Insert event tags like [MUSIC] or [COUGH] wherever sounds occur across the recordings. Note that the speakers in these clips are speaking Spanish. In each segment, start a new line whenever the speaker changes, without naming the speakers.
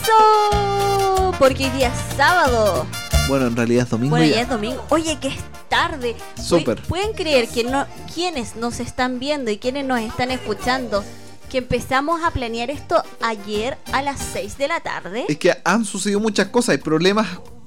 ¡Eso! Porque hoy día es sábado.
Bueno, en realidad es domingo.
Bueno,
ya.
ya es domingo. Oye, que es tarde. Oye,
Súper.
¿Pueden creer que no, quienes nos están viendo y quienes nos están escuchando, que empezamos a planear esto ayer a las 6 de la tarde?
Es que han sucedido muchas cosas, hay problemas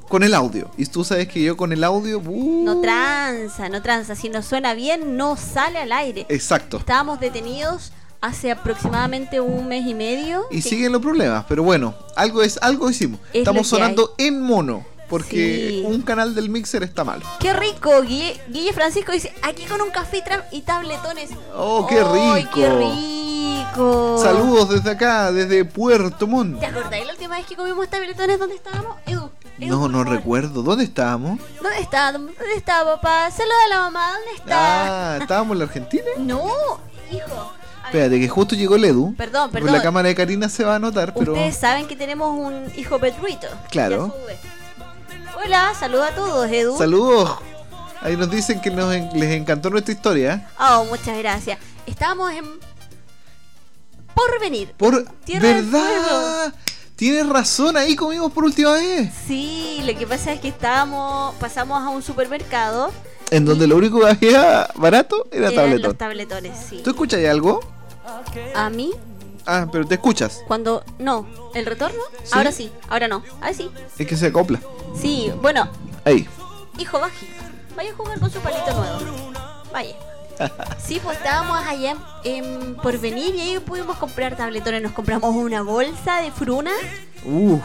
con el audio. Y tú sabes que yo con el audio. uh,
No tranza, no tranza. Si no suena bien, no sale al aire.
Exacto.
Estábamos detenidos hace aproximadamente un mes y medio.
Y
Que-
siguen los problemas, pero bueno, algo es, algo hicimos.
Es
Estamos
lo que
sonando en mono. Porque
Sí.
un canal del mixer está mal.
¡Qué rico! Guille, Guille Francisco dice, aquí con un café y tra- y tabletones.
Oh, qué
¡Ay, qué
rico!
rico!
Saludos desde acá, desde Puerto Montt.
¿Te acordáis la última vez que comimos tabletones? ¿Dónde estábamos? Edu. Edu,
No,
por
no
favor.
recuerdo. ¿Dónde estábamos?
¿Dónde está? ¿Dónde está, papá? Saluda a la mamá. ¿Dónde está?
Ah, estábamos en
[LAUGHS]
la Argentina.
No, hijo. A ver,
Espérate, que justo llegó el Edu.
Perdón,
Pues
perdón.
La cámara de Karina se va a notar, pero.
Ustedes saben que tenemos un hijo Pedruito.
Claro.
Ya sube. Hola, saluda a todos, Edu.
Saludos. Ahí nos dicen que nos en- les encantó nuestra historia.
Oh, muchas gracias. Estábamos en Porvenir.
Por
Tierra del
verdad. Tienes razón, ahí comimos por última vez.
Sí, lo que pasa es que estábamos, pasamos a un supermercado.
En donde lo único que había barato era
Eran
tabletón.
los tabletones, sí.
¿Tú escuchas ahí algo?
A mí,
Ah, pero te escuchas.
cuando. No, ¿el retorno?
Sí.
Ahora sí, ahora no. Ahora sí.
Es que se acopla.
Sí, bueno,
Ahí.
hijo, baje. Vaya a jugar con su palito nuevo.
[LAUGHS]
Vaya. Sí, pues estábamos allá en, en Porvenir y ahí pudimos comprar tabletones. Nos compramos una bolsa de fruna
Uf.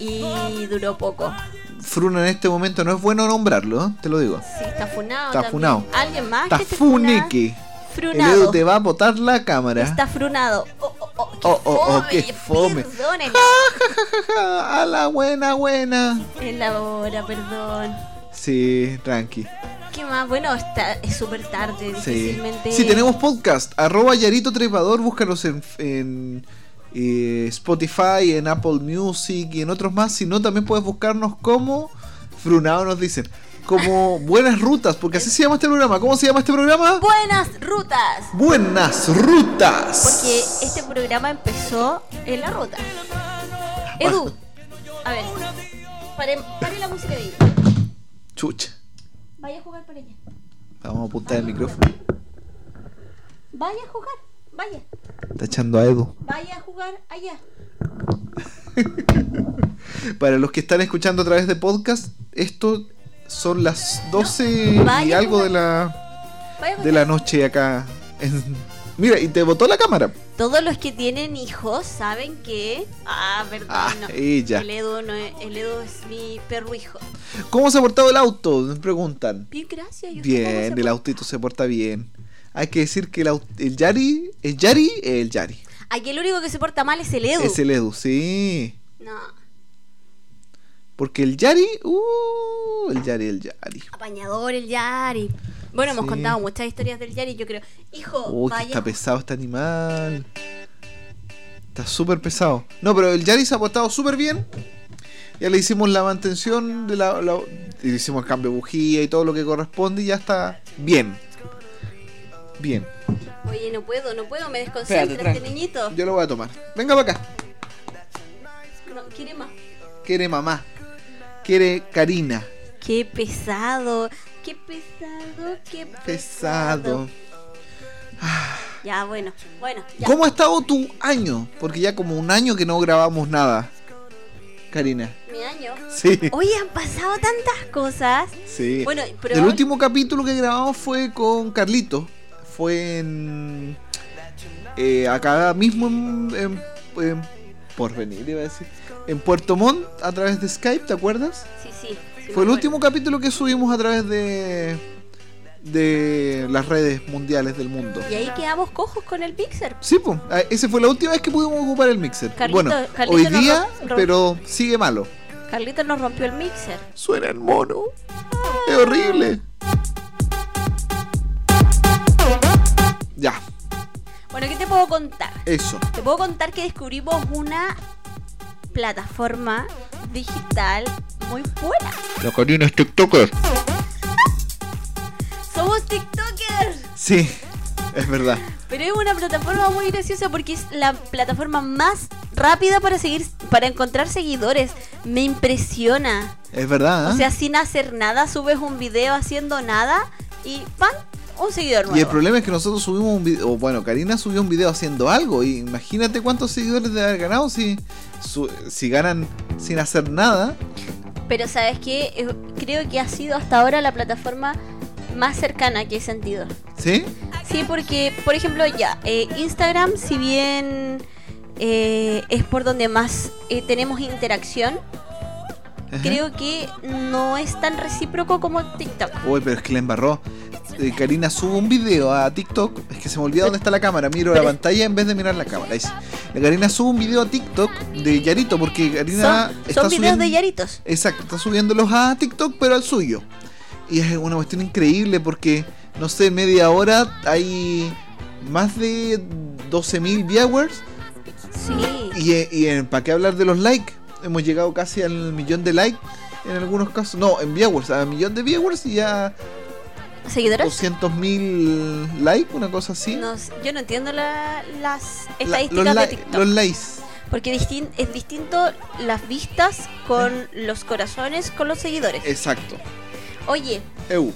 y duró poco.
Fruna en este momento no es bueno nombrarlo, ¿eh? te lo digo.
Sí, está funado.
Está
también.
funado.
Alguien más Ah, que esté
Tafuneque.
funa-
El Edu
Frunado.
te va a botar la cámara.
Está frunado. Oh, oh, oh, qué
Oh, oh, oh, qué
fome.
fome.
Perdonen.
[LAUGHS] [LAUGHS] a la buena, buena.
En la hora, perdón.
Sí, tranqui.
¿Qué más? Bueno, está, es súper tarde,
Sí.
difícilmente.
Sí, tenemos podcast. Arroba Yarito Trepador. Búscanos en, en, eh, Spotify, en Apple Music y en otros más. Si no, también puedes buscarnos como Frunado, nos dicen. Como Buenas Rutas, porque así se llama este programa. ¿Cómo se llama este programa?
Buenas rutas.
Buenas Rutas.
Porque este programa empezó en la ruta. Edu, a ver. Pare, pare la música de ella.
Chucha.
Vaya a jugar para ella.
Vamos a apuntar el micrófono.
Vaya a jugar. Vaya.
Está echando a Edu.
Vaya a jugar allá.
Para los que están escuchando a través de podcast, esto son las 12 y
vaya,
algo
vaya.
de la,
Vaya a
de la noche acá. en- Mira, y te botó la cámara.
Todos los que tienen hijos saben que. Ah, perdón.
Ah,
no.
ella.
El Edu, no es, el Edu es mi perro hijo.
¿Cómo se ha portado el auto? Me preguntan.
Bien, gracias. ¿y usted cómo
Bien,
se
el
porta?
autito se porta bien. Hay que decir que el, au- el Yari, el Yari, el Yari.
Aquí el único que se porta mal es el Edu.
Es el Edu, sí.
No,
Porque el Yari, uh, el Yari, el Yari.
apañador el Yari. Bueno, hemos
Sí.
contado muchas historias del Yari, yo creo. Hijo,
Uy, que
vaya.
está pesado este animal. Está súper pesado. No, pero el Yaris ha portado súper bien. Ya le hicimos la mantención, de la, la- y le hicimos el cambio de bujía y todo lo que corresponde y ya está bien. Bien.
Oye, no puedo, no puedo, me desconcentra este
tranqui.
niñito.
Yo lo voy a tomar. Venga para acá.
No, quiere más.
Quiere mamá. Quiere Karina.
Qué pesado, qué pesado, qué
Pesado.
Ya, bueno, bueno, ya.
¿Cómo ha estado tu año? Porque ya como un año que no grabamos nada. Karina.
Mi año.
Sí.
Oye, han pasado tantas cosas.
Sí.
Oh, Bueno, pero
Eh, El
ahora-
último capítulo que grabamos fue con Carlito. Fue en. eh, acá mismo en, en- en Porvenir, iba a decir. En Puerto Montt, a través de Skype, ¿te acuerdas?
Sí, sí. sí,
Fue el
me acuerdo.
último capítulo que subimos a través de. de las redes mundiales del mundo.
Y ahí quedamos cojos con el Pixar.
Sí, pues, esa fue la última vez que pudimos ocupar el mixer.
Carlito-
bueno,
Carlito
hoy
nos
día,
ro- ro-
pero sigue malo.
Carlito nos rompió el mixer.
Suena en mono. Es horrible. Ya,
Bueno, ¿qué te puedo contar?
eso.
Te puedo contar que descubrimos una plataforma digital muy buena.
La Karina es TikToker.
Somos TikTokers.
Sí, es verdad.
Pero es una plataforma muy graciosa porque es la plataforma más rápida para seguir, para encontrar seguidores. Me impresiona.
Es verdad. ¿eh?
O sea, sin hacer nada, subes un video haciendo nada y ¡pam! Un seguidor nuevo.
y el problema es que nosotros subimos un video, o bueno, Karina subió un video haciendo algo, y imagínate cuántos seguidores debe haber ganado si, su- si ganan sin hacer nada.
Pero sabes qué, Eh, creo que ha sido hasta ahora la plataforma más cercana que he sentido.
¿Sí?
Sí, porque, por ejemplo, ya, eh, Instagram, si bien eh, es por donde más eh, tenemos interacción,
Ajá.
creo que no es tan recíproco como TikTok.
Uy, pero es que la embarró. Eh, Karina sube un video a TikTok. Es que se me olvida dónde está la cámara. Miro la
Pero-
pantalla en vez de mirar la cámara. Ahí sí. La Karina sube un video a TikTok de Yarito, porque Karina
Son,
está
son videos
subiendo.
de Yaritos.
Exacto, está subiéndolos a TikTok, pero al suyo. Y es una cuestión increíble porque, no sé, media hora hay más de 12.000 viewers.
Sí.
Y, eh, y en- para qué hablar de los likes, hemos llegado casi al millón de likes en algunos casos. No, en viewers, a millón de viewers y ya
¿Seguidores?
200.000 likes, una cosa así.
No sé, yo no entiendo la- las
La-
estadísticas
los,
de
li-
TikTok.
los likes.
Porque distin- es distinto las vistas con los corazones, con los seguidores.
Exacto.
Oye,
Eu,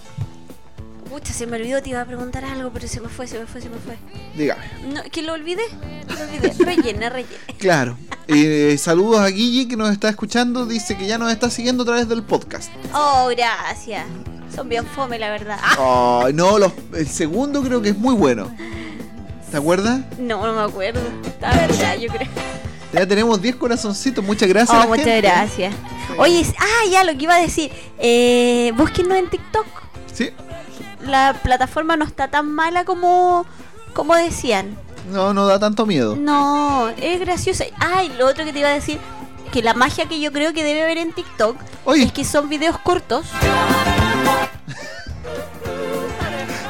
pucha, se me olvidó, te iba a preguntar algo, pero se me fue, se me fue, se me fue.
dígame.
No, que lo olvidé, lo olvidé. Rellena, rellena.
Claro. Eh, saludos a Guille que nos está escuchando. Dice que ya nos está siguiendo a través del podcast.
Oh, gracias. Son bien fome, la verdad. Ah,
Ay, no, los- el segundo creo que es muy bueno. ¿Te acuerdas?
No, no me acuerdo. La verdad, yo creo.
Ya tenemos 10 corazoncitos. Muchas gracias. a
Oh,
la
muchas
gente.
gracias. Oye, es- ah, ya lo que iba a decir. Eh, búsquenos en TikTok.
Sí.
La plataforma no está tan mala como, como decían.
No, no da tanto miedo.
No, es graciosa. Ay, lo otro que te iba a decir, que la magia que yo creo que debe haber en TikTok
Oye,
es que son videos cortos.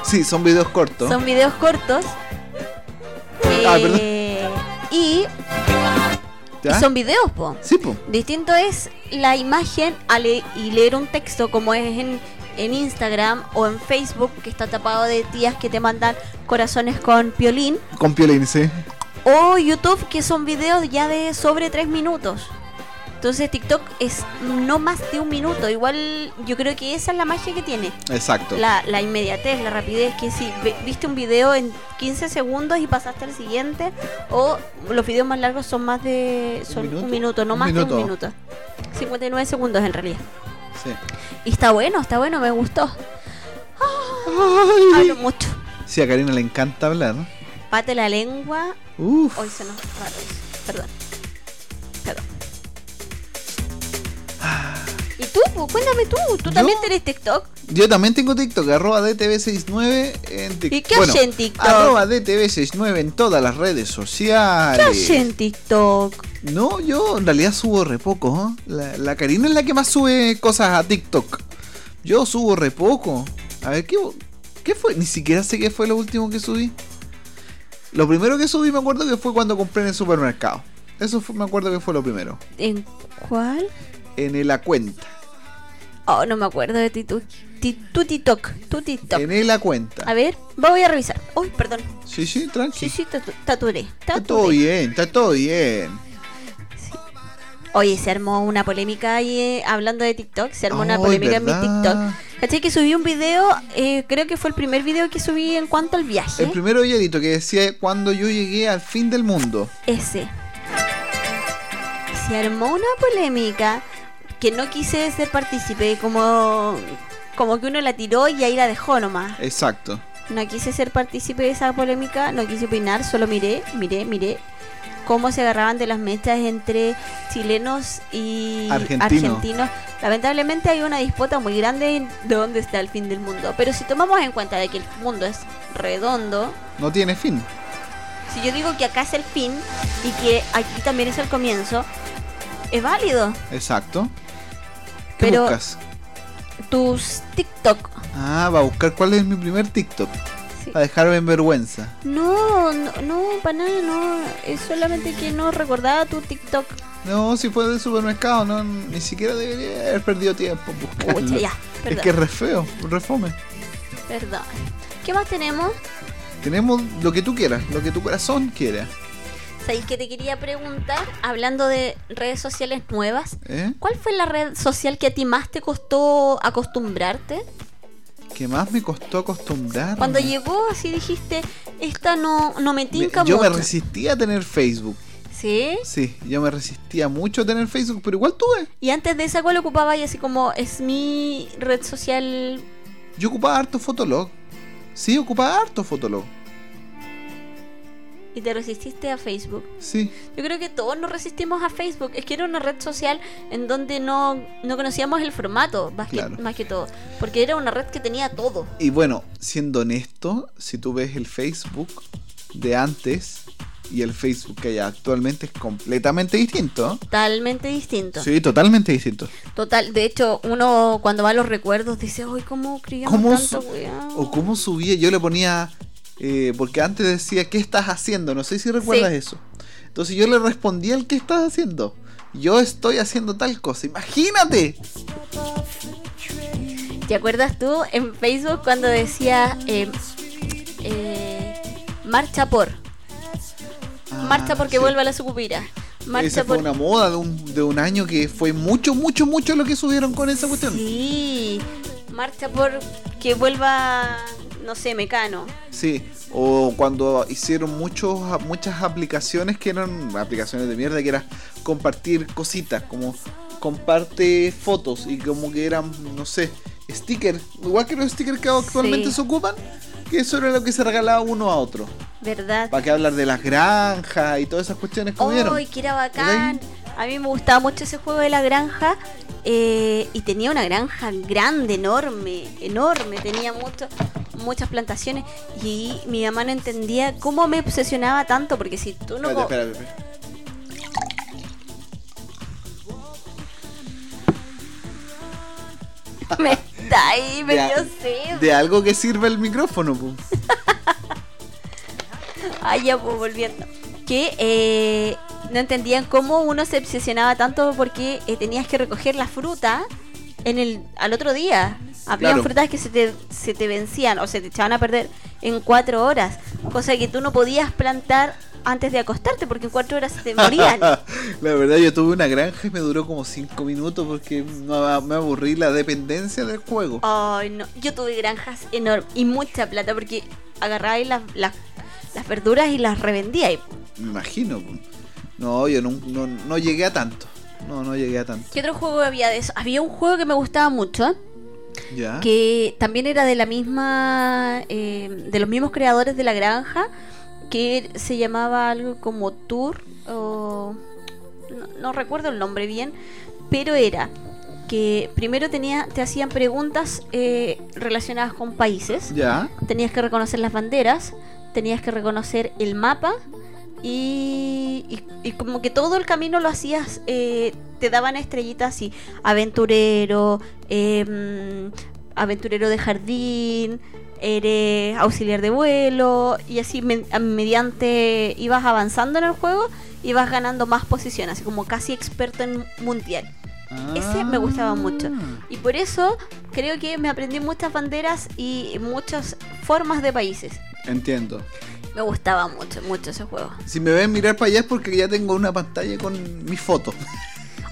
sí, son videos cortos.
Son videos cortos.
Ah, perdón.
Eh, y
¿Ya?
son videos, po.
Sí, po.
Distinto es la imagen a le- y leer un texto como es en, en Instagram o en Facebook, que está tapado de tías que te mandan corazones con piolín,
Con piolín, sí.
o YouTube, que son videos ya de sobre 3 minutos. Entonces TikTok es no más de un minuto. Igual yo creo que esa es la magia que tiene.
Exacto.
La, la inmediatez, la rapidez, que si ve- viste un video en 15 segundos y pasaste al siguiente, o los videos más largos son más de son un minuto,
minuto?
no
Un
más de un
minuto.
minuto. 59 segundos en realidad.
Sí.
Y está bueno, está bueno, me gustó.
Ay.
Hablo mucho.
Sí, a Karina le encanta hablar.
Pate la lengua,
Uf.
hoy se nos raro eso. Perdón. Perdón. ¿Y tú? po? Cuéntame tú, ¿tú
¿Yo?
también tenés TikTok?
Yo también tengo TikTok, arroba DTV69 en TikTok.
¿Y qué
Bueno,
hay en TikTok?
Arroba DTV69 en todas las redes
¿Qué
sociales.
hay en TikTok?
No, yo en realidad subo re poco. ¿eh? La, la Karina es la que más sube cosas a TikTok. Yo subo re poco. A ver, ¿qué, qué fue? Ni siquiera sé qué fue lo último que subí. Lo primero que subí me acuerdo que fue cuando compré en el supermercado. Eso fue- me acuerdo que fue lo primero.
¿En cuál?
En la cuenta.
Oh, no me acuerdo de Titu. Ti- Tu TikTok. Tu TikTok.
En la
A
cuenta.
ver, voy a revisar. Uy, perdón.
Sí, sí, tranqui.
Sí, sí, tatu- taturé.
Está todo
Taturé.
bien, está todo bien.
Oye, se armó una polémica ahí eh, hablando de TikTok. Se armó una
Ay,
polémica en mi
¿verdad?
TikTok. ¿Cachai? Que subí un video, eh, creo que fue el primer video que subí en cuanto al viaje.
El primero Yerito que decía cuando yo llegué al fin del mundo.
Ese. Se armó una polémica que no quise ser partícipe, como, como que uno la tiró y ahí la dejó nomás.
Exacto.
No quise ser partícipe de esa polémica, no quise opinar, solo miré, miré, miré cómo se agarraban de las mechas entre chilenos y
Argentino.
argentinos. Lamentablemente hay una disputa muy grande en de dónde está el fin del mundo. Pero si tomamos en cuenta de que el mundo es redondo,
No tiene fin.
si yo digo que acá es el fin y que aquí también es el comienzo, es válido.
Exacto. ¿Qué
Pero-
buscas?
Tus TikTok.
Ah, va a buscar cuál es mi primer TikTok.
Sí.
Para dejarme en vergüenza.
No, no, no, para nada, no. Es solamente que no recordaba tu TikTok.
No, si fue del supermercado, no, ni siquiera debería haber perdido tiempo buscando.
Pucha, ya,
es
perdón.
que es re feo, re fome.
Perdón. ¿Qué más tenemos?
Tenemos lo que tú quieras, lo que tu corazón quiera.
¿Sabéis que te quería preguntar, hablando de redes sociales nuevas,
¿Eh?
¿cuál fue la red social que a ti más te costó acostumbrarte?
¿Qué más me costó acostumbrar?
Cuando llegó, así dijiste, esta no, no me tinca
Yo Ah, me
mucho.
resistía a tener Facebook.
¿Sí?
Sí, yo me resistía mucho a tener Facebook, pero igual tuve.
Y antes de esa, ¿cuál ocupaba? Y así como, es mi red social.
Yo ocupaba harto Fotolog. Sí, ocupaba harto Fotolog.
Y te resististe a Facebook.
Sí.
Yo creo que todos nos resistimos a Facebook. Es que era una red social en donde no, no conocíamos el formato, más que,
Claro.
más que todo. Porque era una red que tenía todo.
Y bueno, siendo honesto, si tú ves el Facebook de antes y el Facebook que hay actualmente es completamente distinto. ¿eh?
Totalmente distinto.
Sí, totalmente distinto.
Total, de hecho, uno cuando va a los recuerdos dice, uy, ¿cómo criamos
¿Cómo
tanto,
su-
weón?"
O cómo subía, yo le ponía, eh, porque antes decía, ¿qué estás haciendo? No sé si recuerdas
Sí.
eso. Entonces yo le respondía el ¿qué estás haciendo? Yo estoy haciendo tal cosa, imagínate.
¿Te acuerdas tú en Facebook cuando decía eh, eh, marcha por, marcha
Ah,
porque
sí.
vuelva la sucupira, marcha
Esa fue
por...
una moda de un, de un año que fue mucho, mucho, mucho lo que subieron con esa cuestión.
Sí, marcha por que vuelva, no sé, Mecano.
Sí, o cuando hicieron muchos, muchas aplicaciones que eran aplicaciones de mierda, que era compartir cositas, como comparte fotos y como que eran, no sé, stickers, igual que los stickers que actualmente
Sí.
se ocupan, que eso era lo que se regalaba uno a otro.
¿Verdad?
Para que hablar de las granjas y todas esas cuestiones que hubieron.
¡Ay, que era bacán! A mí me gustaba mucho ese juego de la granja. eh, y tenía una granja grande, enorme, enorme. Tenía mucho, muchas plantaciones. Y mi mamá no entendía cómo me obsesionaba tanto. Porque si tú no.
Espérate,
co-
espérate,
[LAUGHS]
espérate.
Me está ahí, me
De-
dio sed.
De algo que sirve el micrófono, pu.
Ay, ya, pues volviendo. Que eh, no entendían cómo uno se obsesionaba tanto porque eh, tenías que recoger la fruta en el, al otro día. Había
Claro.
frutas que se te, se te vencían o se te echaban a perder en cuatro horas. Cosa que tú no podías plantar antes de acostarte porque en cuatro horas se te morían.
[LAUGHS] la verdad, yo tuve una granja y me duró como 5 minutos porque me me aburrí la dependencia del juego.
Ay, no. Yo tuve granjas enormes y mucha plata porque agarraba las, las, las verduras y las revendía. Y,
Me imagino. po. No, yo no, no, no llegué a tanto. No, no llegué a tanto.
¿Qué otro juego había de eso? Había un juego que me gustaba mucho.
¿Ya?
que también era de la misma eh, de los mismos creadores de la granja que se llamaba algo como tour o no, no recuerdo el nombre bien pero era que primero tenía te hacían preguntas eh, relacionadas con países
¿Ya?
tenías que reconocer las banderas tenías que reconocer el mapa y, y- y como que todo el camino lo hacías, eh, te daban estrellitas así, aventurero, em, aventurero de jardín, eres auxiliar de vuelo, y así me- a- mediante ibas avanzando en el juego, ibas ganando más posiciones, así como casi experto en mundial. Ese me gustaba
Ah,
mucho. Y por eso creo que me aprendí muchas banderas y muchas formas de países.
Entiendo.
Me gustaba mucho, mucho ese juego.
Si me ven mirar para allá es porque ya tengo una pantalla con
[LAUGHS]
mis [LAUGHS] fotos.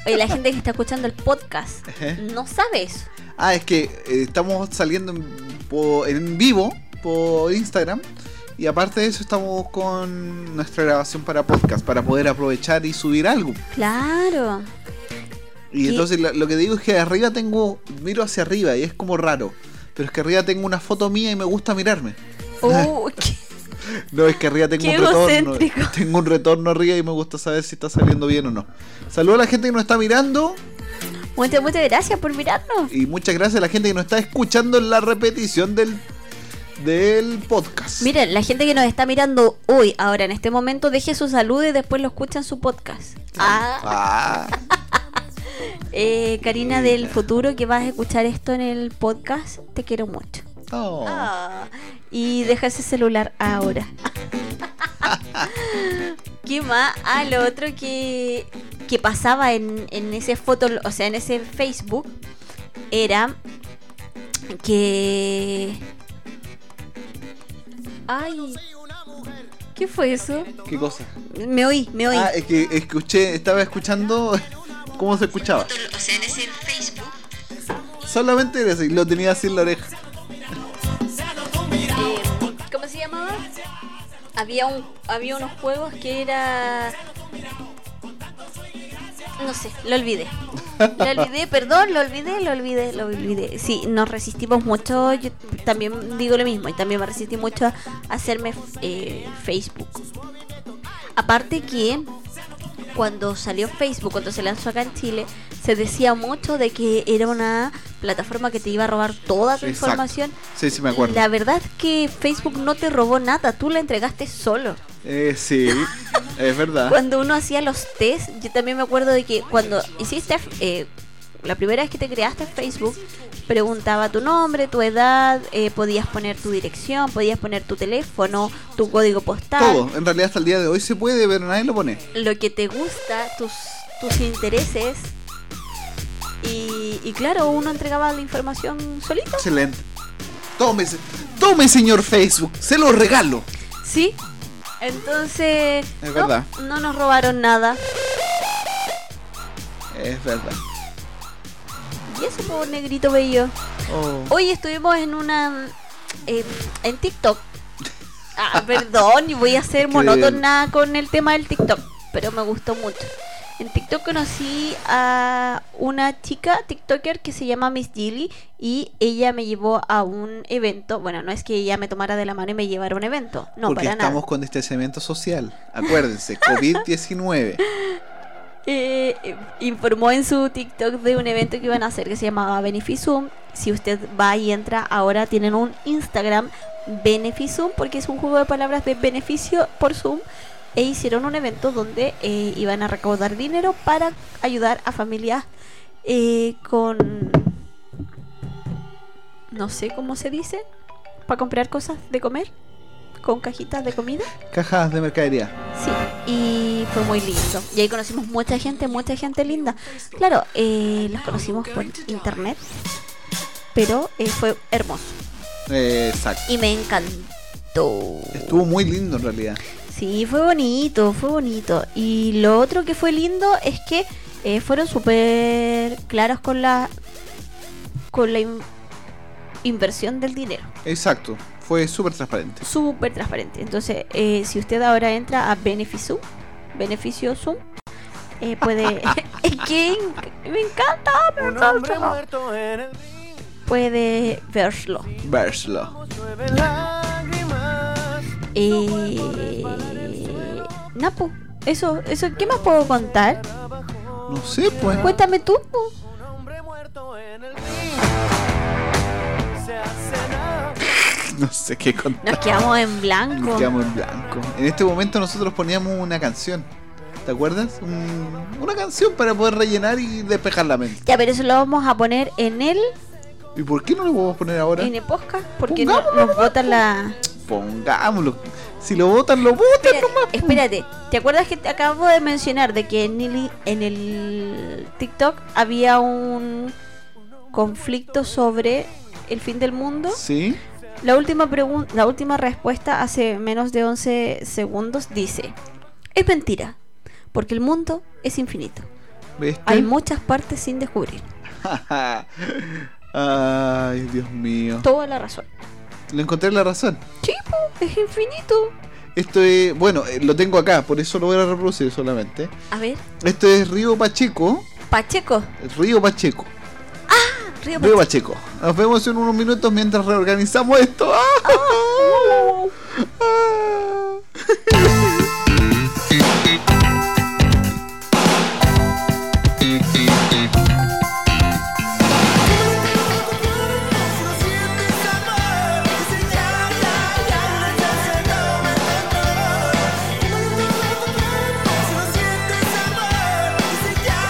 Oye, la gente que está escuchando el podcast
Ajá.
no sabe eso.
¿Eh? Ah, es que eh, estamos saliendo en, po- en vivo por Instagram. Y aparte de eso, estamos con nuestra grabación para podcast, para poder aprovechar y subir algo.
Claro. [LAUGHS]
Y
¿Qué?
entonces lo, lo que digo es que arriba tengo, miro hacia arriba y es como raro. Pero es que arriba tengo una foto mía y me gusta mirarme.
Oh, qué-
No, es que arriba tengo
Qué
un retorno.
egocéntrico.
[LAUGHS] Tengo un retorno arriba y me gusta saber si está saliendo bien o no. Saludos a la gente que nos está mirando
muchas, muchas gracias por mirarnos.
y muchas gracias a la gente que nos está escuchando en la repetición del, del podcast.
Miren, la gente que nos está mirando hoy, ahora en este momento, deje su salud y después lo escucha en su podcast. Ah,
Ah,
eh, Karina del futuro, que vas a escuchar esto en el podcast, te quiero mucho.
oh.
Ah, y deja ese celular
[LAUGHS]
ahora. ¿Qué más? Ah, lo otro que, que pasaba en, en ese foto, o sea, en ese Facebook, era que... Ay,
¿Qué fue eso?
¿Qué cosa?
Me oí, me oí.
Ah, es que escuché, estaba escuchando [LAUGHS] cómo se escuchaba.
O sea, en ese Facebook.
Solamente era así, lo tenía así en la oreja.
Eh, ¿Cómo se llamaba? Había un había unos juegos que era no sé, lo olvidé.
Lo olvidé, perdón, lo olvidé, lo olvidé, lo olvidé. Sí, nos resistimos mucho. Yo también digo lo mismo y también me resistí mucho a hacerme eh, Facebook. Aparte que cuando salió Facebook, cuando se lanzó acá en Chile, se decía mucho de que era una plataforma que te iba a robar toda tu
Exacto.
información.
Sí, sí, me acuerdo.
La verdad es que Facebook no te robó nada, tú la entregaste solo.
Eh, sí, es verdad.
Cuando uno hacía los test, yo también me acuerdo de que cuando hiciste, eh, la primera vez que te creaste Facebook, preguntaba tu nombre, tu edad, eh, podías poner tu dirección, podías poner tu teléfono, tu código postal,
Todo, en realidad hasta el día de hoy se puede, pero nadie lo pone.
lo que te gusta, tus, tus intereses. Y, y claro, uno entregaba la información solito.
Excelente. Tome, se- tome, señor Facebook, se lo regalo.
Sí. Entonces,
Es
no,
verdad.
no nos robaron nada.
Es verdad.
Y eso por negrito bello.
Oh.
Hoy estuvimos en una. eh, en TikTok. Ah,
[LAUGHS]
perdón, y voy a ser
Qué
monótona con el tema del TikTok, pero me gustó mucho. En TikTok conocí a una chica TikToker que se llama Miss Gilly y ella me llevó a un evento. Bueno, no es que ella me tomara de la mano y me llevara a un evento, no,
Porque
para
estamos
nada.
con distanciamiento social.
[LAUGHS]
Acuérdense, COVID-19.
Eh, eh, informó en su TikTok de un evento que iban a hacer que se llamaba Benefizum. Si usted va y entra ahora, tienen un Instagram Benefizum porque es un juego de palabras de beneficio por Zoom. E hicieron un evento donde eh, iban a recaudar dinero para ayudar a familias eh, con... No sé cómo se dice. Para comprar cosas de comer. Con cajitas de comida.
Cajas de mercadería.
Sí, y fue muy lindo. Y ahí conocimos mucha gente, mucha gente linda. Claro, eh, los conocimos por internet, pero eh, fue hermoso.
Eh, Exacto.
Y me encantó.
Estuvo muy lindo en realidad.
Sí, fue bonito, fue bonito. Y lo otro que fue lindo es que eh, fueron súper claros con la, con la in- inversión del dinero.
Exacto. Fue súper transparente.
súper transparente. Entonces, eh, si usted ahora entra a Beneficio, Beneficio Zoom, eh,
[LAUGHS]
puede. [LAUGHS] Es que me encanta, me
Un hombre
encanta.
muerto en el
Puede verlo.
Verslo.
llueve lágrimas.
Eh, Napu, eso, eso, ¿qué más puedo contar?
No sé, pues.
Cuéntame tú. po.
Un hombre muerto en el río. Se hace nada.
No sé qué contar.
Nos quedamos en
Nos
blanco.
quedamos en blanco. En este momento nosotros poníamos una canción. ¿Te acuerdas? Un- una canción para poder rellenar y despejar la mente.
Ya, pero eso lo vamos a poner en el,
¿Y por qué no lo podemos poner ahora?
en el podcast, porque no- nos botan la.
Pongámoslo. Si lo votan, lo votan
Espérate,
nomás.
espérate, ¿te acuerdas que te acabo de mencionar de que en el, en el TikTok había un conflicto sobre el fin del mundo?
Sí.
La última, pregun- la última respuesta hace menos de 11 segundos dice, es mentira, porque el mundo es infinito.
¿Viste?
Hay muchas partes sin descubrir.
[LAUGHS] Ay, Dios mío.
Toda la razón.
Lo encontré la razón.
Chipo, es infinito.
Esto es. Bueno, eh, lo tengo acá, por eso lo voy a reproducir solamente.
A ver,
Esto es Río Pacheco.
Pacheco,
Río Pacheco.
Río
Río
Pacheco.
Pacheco. Nos vemos en unos minutos mientras reorganizamos esto. [LAUGHS] ¡Ah! ¡Ah!
Thank you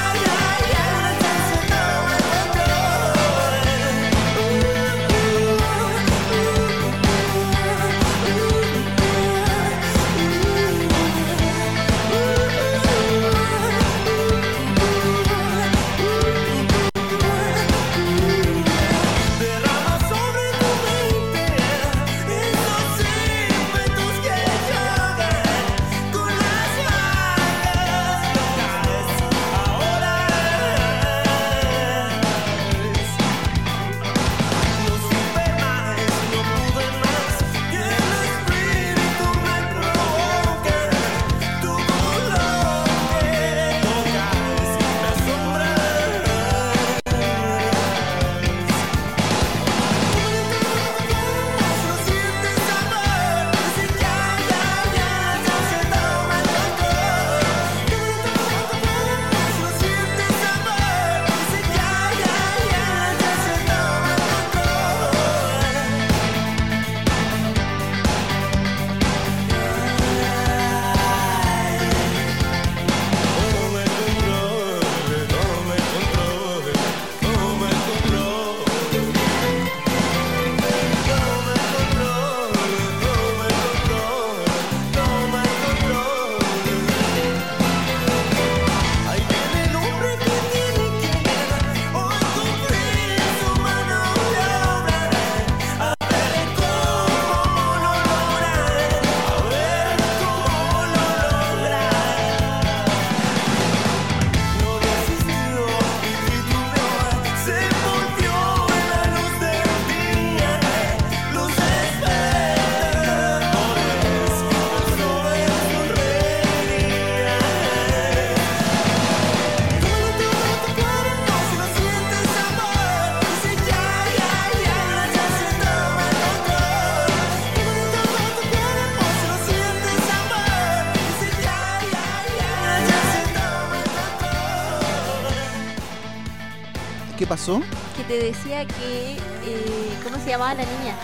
¿Qué pasó?
que te decía que. eh, ¿Cómo se llamaba la niña?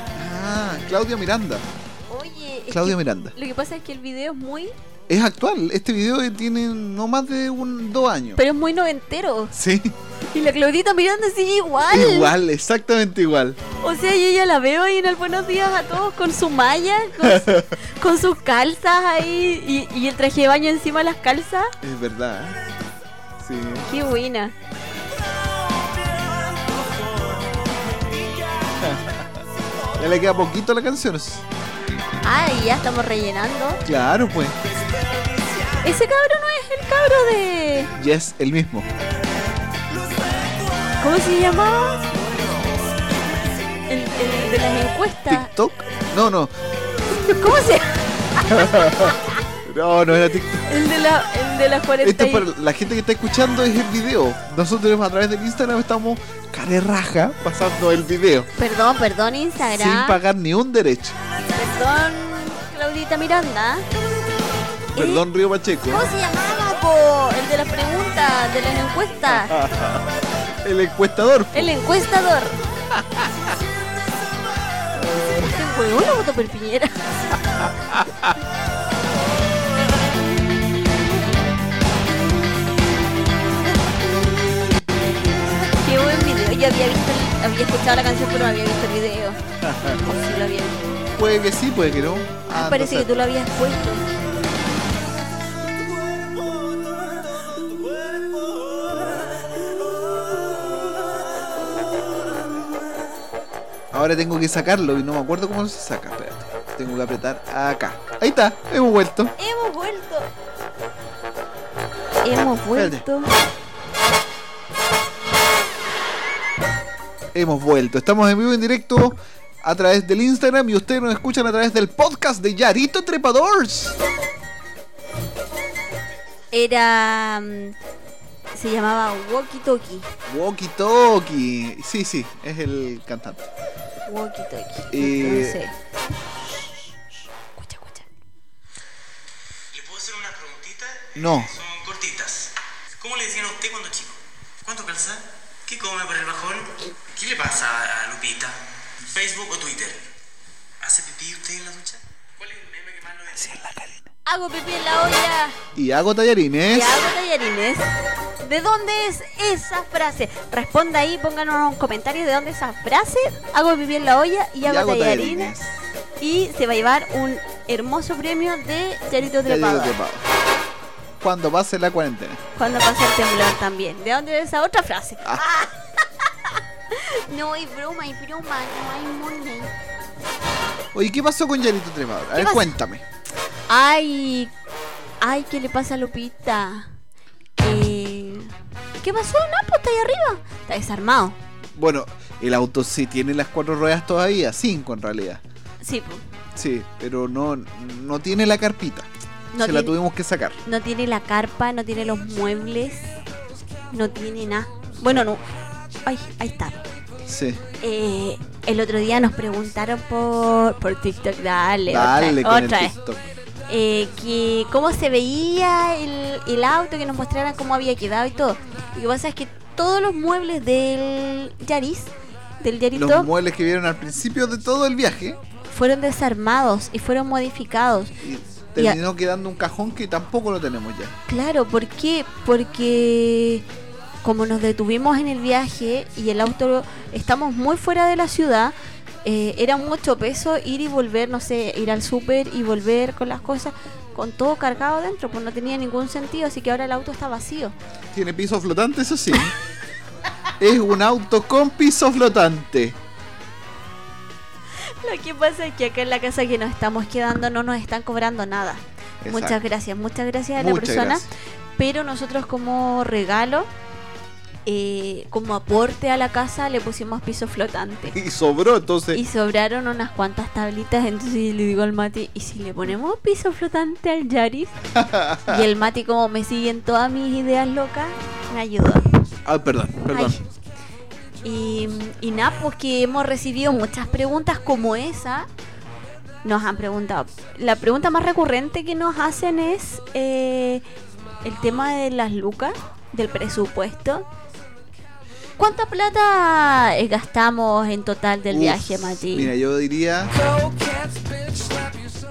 Ah, Claudia Miranda.
Oye, es
Claudia
que-
Miranda.
Lo que pasa es que el video es muy.
Es actual. Este video tiene no más de un dos años.
Pero es muy noventero.
Sí,
Y la Claudita Miranda sigue igual.
igual, exactamente igual.
O sea, yo ya la veo ahí en el Buenos Días a todos con su malla, con,
[LAUGHS]
su- con sus calzas ahí y, y el traje de baño encima de las calzas.
Es verdad. ¿eh? Sí.
Qué buena.
Ya le queda poquito a la canción. es-
Ah, y ya estamos rellenando.
Claro, pues.
Ese cabro no es el cabro de.
Yes, el mismo.
¿Cómo se llamaba? El, el de las encuestas.
TikTok. No, no.
¿Cómo se
No, no era TikTok.
El de la, el de las 40.
Esto
y-
es para la gente que está escuchando es el video. Nosotros a través del Instagram estamos carerraja pasando el video.
Perdón, perdón,
Sin
Instagram.
pagar ni un derecho.
Perdón, Claudita Miranda.
Perdón, Río Pacheco. ¿eh?
¿Cómo se llamaba, po? El de las preguntas, de las encuestas.
El encuestador. pues.
El encuestador. Este huevón lo votó por Piñera. Qué buen video. Yo había visto, el- había escuchado la canción, pero no había visto el video. O sí lo había visto.
Puede que sí, puede que no. Ah, no
Parece
sé.
que tú lo habías puesto.
Ahora tengo que sacarlo y no me acuerdo cómo se saca. Espérate. Tengo que apretar acá. Ahí está. Hemos vuelto.
Hemos vuelto. Hemos vuelto.
Hemos vuelto. Estamos en vivo en directo a través del Instagram y ustedes nos escuchan a través del podcast de Yarito Trepadors.
Era. mm, Se llamaba Walkie Talkie.
Walkie Talkie. Sí, sí, es el cantante.
Walkie Talkie.
Eh,
Entonces. Escucha, escucha.
¿Le puedo hacer unas preguntitas?
No.
Son cortitas. ¿Cómo le decían a usted cuando chico? ¿Cuánto calza? ¿Qué come por el bajón? ¿Qué le pasa a- a Lupita? ¿Facebook o Twitter? ¿Hace pipí usted en la ducha? ¿Cuál es el meme que más lo decía?
Hago pipí en la olla.
Y hago tallarines.
Y hago tallarines. ¿De dónde es esa frase? Responda ahí, pónganos un comentario de dónde es esa frase. Hago pipí en la olla y hago, tallarines. Y se va a llevar un hermoso premio de Charito
Tallarines
Trepado.
trepados. Cuando pase la cuarentena.
Cuando pase el temblor también. ¿De dónde es esa otra frase?
Ah.
No hay broma, hay broma, no hay money.
Oye, ¿qué pasó con Yarito Trepador? A ver,
pasó?
cuéntame.
Ay, ay, ¿qué le pasa a Lupita? Eh, ¿Qué pasó? No, pues está ahí arriba. Está desarmado.
Bueno, el auto sí tiene las cuatro ruedas todavía, cinco en realidad.
Sí, pues, po.
Sí, pero no, no tiene la carpita.
No
Se la
tiene-
tuvimos que sacar.
no tiene la carpa, no tiene los muebles, no tiene nada. Bueno, no. Ay, ahí está.
Sí.
Eh, el otro día nos preguntaron por, por TikTok, dale, otra-
Dale
otra,
con el
vez.
TikTok.
eh, que cómo se veía el, el auto, que nos mostraran cómo había quedado y todo. Lo que pasa es que todos los muebles del Yaris, del
Los
Yarito,
muebles que vieron al principio de todo el viaje.
fueron desarmados y fueron modificados.
Y terminó quedando un cajón que tampoco lo tenemos ya.
Claro, ¿por qué? Porque como nos detuvimos en el viaje y el auto, estamos muy fuera de la ciudad, eh, era mucho peso ir y volver, no sé, ir al súper y volver con las cosas, con todo cargado dentro, pues no tenía ningún sentido, así que ahora el auto está vacío.
Tiene piso flotante, eso sí. [LAUGHS] es un auto con piso flotante.
Lo que pasa es que acá en la casa que nos estamos quedando no nos están cobrando nada.
Exacto.
Muchas gracias, muchas gracias a la
Muchas
persona.
gracias.
Pero nosotros como regalo, eh, como aporte a la casa, le pusimos piso flotante.
Y sobró, entonces.
Y sobraron unas cuantas tablitas, entonces le digo al Mati, ¿y si le ponemos piso flotante al Yaris?
[LAUGHS]
y el Mati, como me siguen todas mis ideas locas, me ayudó.
Ah, perdón, perdón.
Ay. Y, y nada, pues que hemos recibido muchas preguntas como esa. Nos han preguntado. La pregunta más recurrente que nos hacen es eh, el tema de las lucas, del presupuesto. ¿Cuánta plata eh, gastamos en total del
Uf,
viaje, Mati?
Mira, yo diría.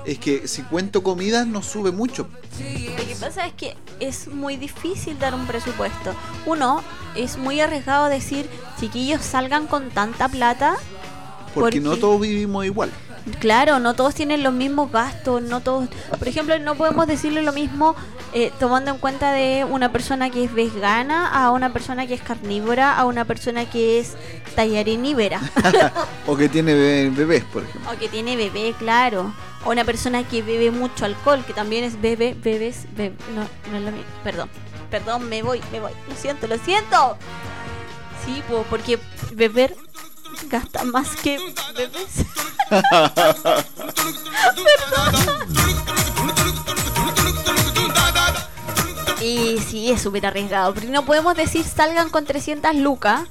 Es que si cuento comidas no sube mucho.
Lo que pasa es que es muy difícil dar un presupuesto. Uno, es muy arriesgado decir, chiquillos, salgan con tanta plata. Porque-
Porque no todos vivimos igual.
Claro, no todos tienen los mismos gastos, no todos... Por ejemplo, no podemos decirle lo mismo eh, tomando en cuenta de una persona que es vegana a una persona que es carnívora a una persona que es tallarinívera
o que tiene be- bebés, por ejemplo.
o que tiene bebé, claro. O una persona que bebe mucho alcohol, que también es bebé, bebés, bebé. No, no es lo mismo. Perdón, perdón, me voy, me voy. Lo siento, lo siento. Sí, po, porque beber gasta más que bebés. [LAUGHS] Y sí, es súper arriesgado. Porque no podemos decir salgan con 300 lucas.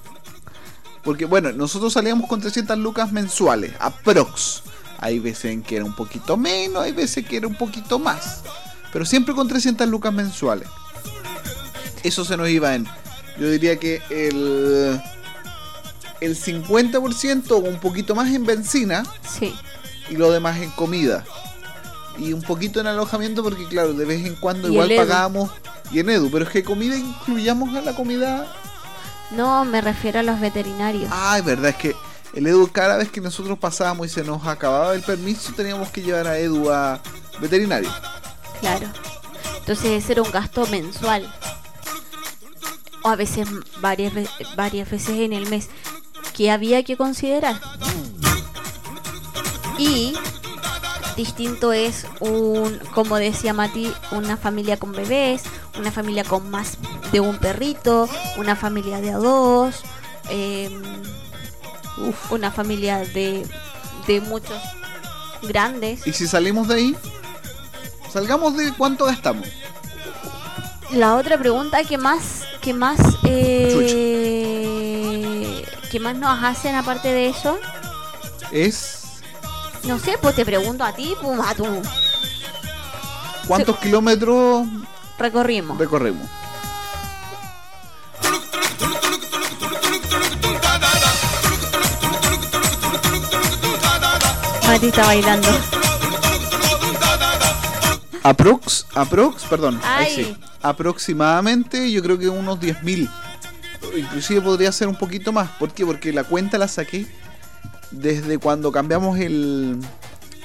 Porque, bueno, nosotros salíamos con 300 lucas mensuales, aprox. Hay veces en que era un poquito menos, hay veces que era un poquito más. Pero siempre con 300 lucas mensuales. Eso se nos iba en. Yo diría que el. El 50% o un poquito más en benzina.
Sí.
y lo demás en comida. Y un poquito en alojamiento porque claro, de vez en cuando
Y
igual
el Edu.
pagábamos y en Edu, pero es que comida incluyamos a la comida.
No, me refiero a los veterinarios.
Ah, es verdad, es que el Edu cada vez que nosotros pasábamos y se nos acababa el permiso teníamos que llevar a Edu a veterinario.
Claro. Entonces ese era un gasto mensual. O a veces m- varias, ve- varias veces en el mes. Que había que considerar. Y distinto es un, como decía Mati, una familia con bebés, una familia con más de un perrito, una familia de a dos, em, uf, una familia de, de muchos grandes.
Y si salimos de ahí, salgamos de cuánto gastamos.
La otra pregunta que más que más eh, que más nos hacen aparte de eso,
Es
no sé, pues te pregunto a ti, pum, a tú
cuántos kilómetros
recorrimos.
recorremos.
Mati está bailando.
Aprox, aprox, perdón, ahí
Ay.
sí. Aproximadamente, yo creo que unos 10.000. Inclusive podría ser un poquito más. ¿Por qué? Porque la cuenta la saqué desde cuando cambiamos el...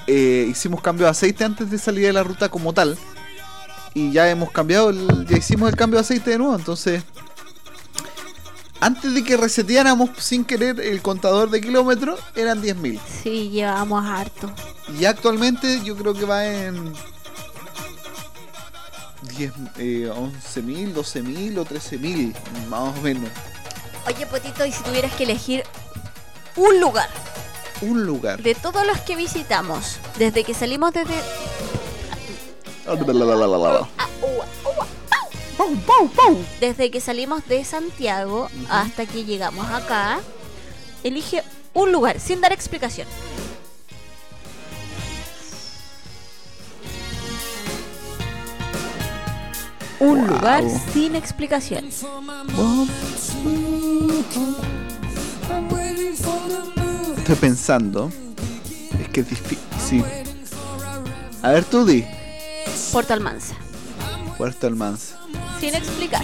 eh, hicimos cambio de aceite antes de salir de la ruta como tal. Y ya hemos cambiado, el- ya hicimos el cambio de aceite de nuevo. Entonces, antes de que reseteáramos sin querer el contador de kilómetros, eran 10.000.
Sí, llevamos harto.
Y actualmente yo creo que va en 10, eh, 11.000, 12.000 o 13.000, más o menos.
Oye, Potito, y si tuvieras que elegir un lugar
Un lugar.
de todos los que visitamos, desde que salimos desde Ah, ua, ua, au. Desde que salimos de Santiago hasta que llegamos acá, elige un lugar sin dar explicación. Un
Wow.
lugar sin explicación.
Estoy pensando. Es que es difícil. A ver, tú di.
Puerto Almanza.
Puerto Almanza.
Sin explicar.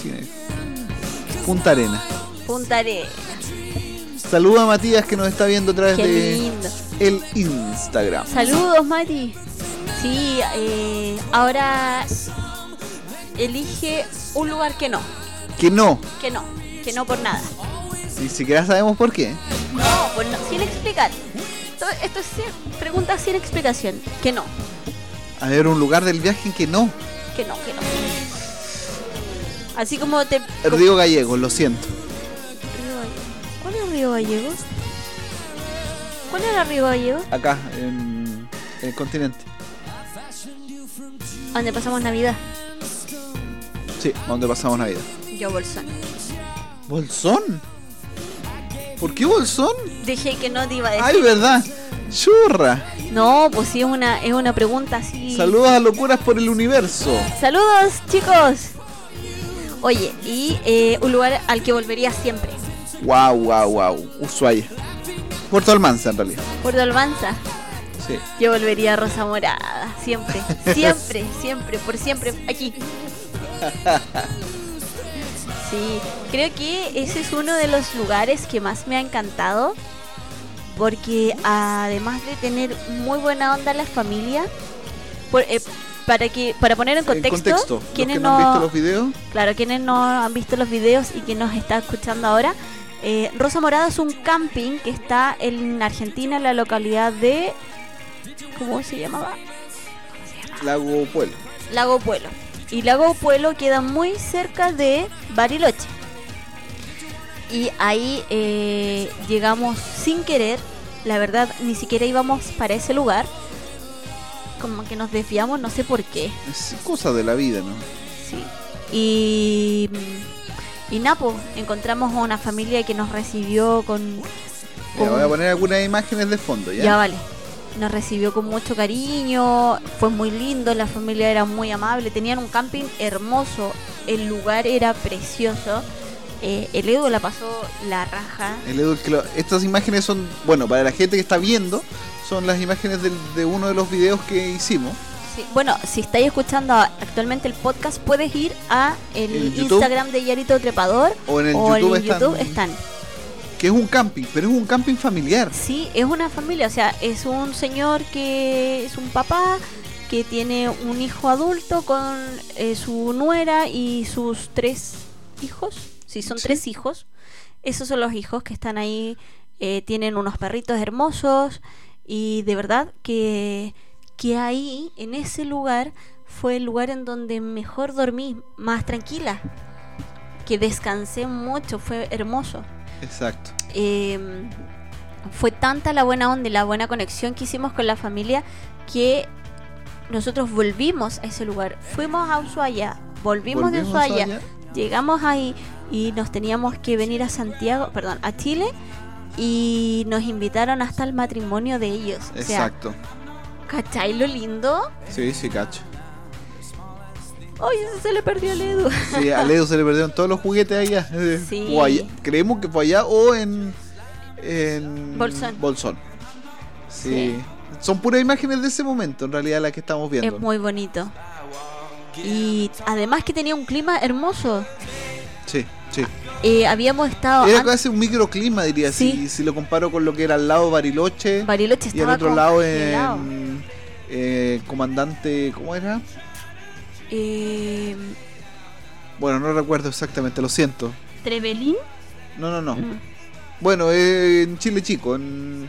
Cine. Punta Arena.
Punta Arenas.
Saluda a Matías que nos está viendo a través
Qué
de
lindo.
el Instagram.
Saludos, Mati. Sí, eh, ahora elige un lugar que no.
Que no.
Que no. Que no por nada.
Ni siquiera sabemos por qué.
No, pues no, sin explicar. Esto, esto es sin, pregunta sin explicación. Que no,
A ver, un lugar del viaje en que no.
que no, que no. Así como te...
Río Gallego, lo siento.
¿Cuál es Río Gallegos? ¿Cuál era Río Gallegos?
Acá, en el continente.
Donde pasamos Navidad.
Sí, donde pasamos Navidad.
Yo, Bolsón.
¿Bolsón? ¿Por qué Bolsón?
Dije que no te iba a decir.
Ay, verdad. Churra.
No, pues sí, es una, es una pregunta así.
Saludos a locuras por el universo.
Saludos, chicos. Oye, y eh, un lugar al que volvería siempre.
Wow, wow, wow. Ushuaia. Puerto Almanza, en realidad.
Puerto Almanza.
Sí.
Yo volvería a Rosa Morada.
[LAUGHS]
Siempre, siempre, siempre, por siempre. Aquí. Sí, creo que ese es uno de los lugares que más me ha encantado. Porque además de tener muy buena onda la familia, por- eh, para que para poner en contexto,
en contexto, los
quienes
que no han visto los videos,
Claro, quienes no han visto los videos y que nos está escuchando ahora, eh, Rosa Morada es un camping que está en Argentina, en la localidad de. ¿Cómo se llamaba?
Lago Pueblo.
Lago Pueblo. Y Lago Pueblo queda muy cerca de Bariloche. Y ahí eh, llegamos sin querer, la verdad ni siquiera íbamos para ese lugar. Como que nos desviamos, no sé por qué.
Es cosa de la vida, ¿no?
Sí. Y, mm, y Napo, encontramos a una familia que nos recibió con...
Ya,
con-
voy a poner algunas imágenes de fondo, ¿ya?
ya. vale. Nos recibió con mucho cariño, fue muy lindo, la familia era muy amable, tenían un camping hermoso, el lugar era precioso. Eh, el Edu la pasó la raja.
El Edu, que lo- estas imágenes son, bueno, para la gente que está viendo, son las imágenes del- de uno de los videos que hicimos.
Sí, Bueno, si estáis escuchando actualmente el podcast, puedes ir a el,
El YouTube.
Instagram de Yarito Trepador
O en el
o en
YouTube,
el
están-
YouTube están.
Que es un camping, pero es un camping familiar.
Sí, es una familia, o sea, es un señor que es un papá que tiene un hijo adulto con eh, su nuera y sus tres hijos. Sí, son
Sí.
tres hijos. Esos son los hijos que están ahí, eh, tienen unos perritos hermosos y de verdad que, que ahí, en ese lugar, fue el lugar en donde mejor dormí, más tranquila, que descansé mucho, fue hermoso
Exacto.
eh, fue tanta la buena onda y la buena conexión que hicimos con la familia que nosotros volvimos a ese lugar. Fuimos a Ushuaia, volvimos, de
a
Ushuaia, llegamos ahí y nos teníamos que venir a Santiago, perdón, a Chile y nos invitaron hasta el matrimonio de ellos.
Exacto.
O sea, ¿cachai lo lindo?
Sí, sí, cacho.
¡Ay, ese se le perdió el Edu!
Sí, a Ledo se le perdieron todos los juguetes allá.
[LAUGHS] Sí.
[LAUGHS] O allá. Creemos que fue allá o en. en
Bolsón.
Sí. Son puras imágenes de ese momento, en realidad, las que estamos
Es
viendo.
muy bonito. Y además que tenía un clima hermoso.
Sí, sí.
Eh, habíamos estado...
Era
antes-
casi un microclima, diría,
Sí.
si, si lo comparo con lo que era al lado Bariloche
Bariloche
y al
estaba
otro lado
congelado.
en eh, Comandante, ¿cómo era?
Eh,
Bueno, no recuerdo exactamente, lo siento.
Trevelin,
No, no, no.
Mm.
Bueno, eh, en Chile Chico, en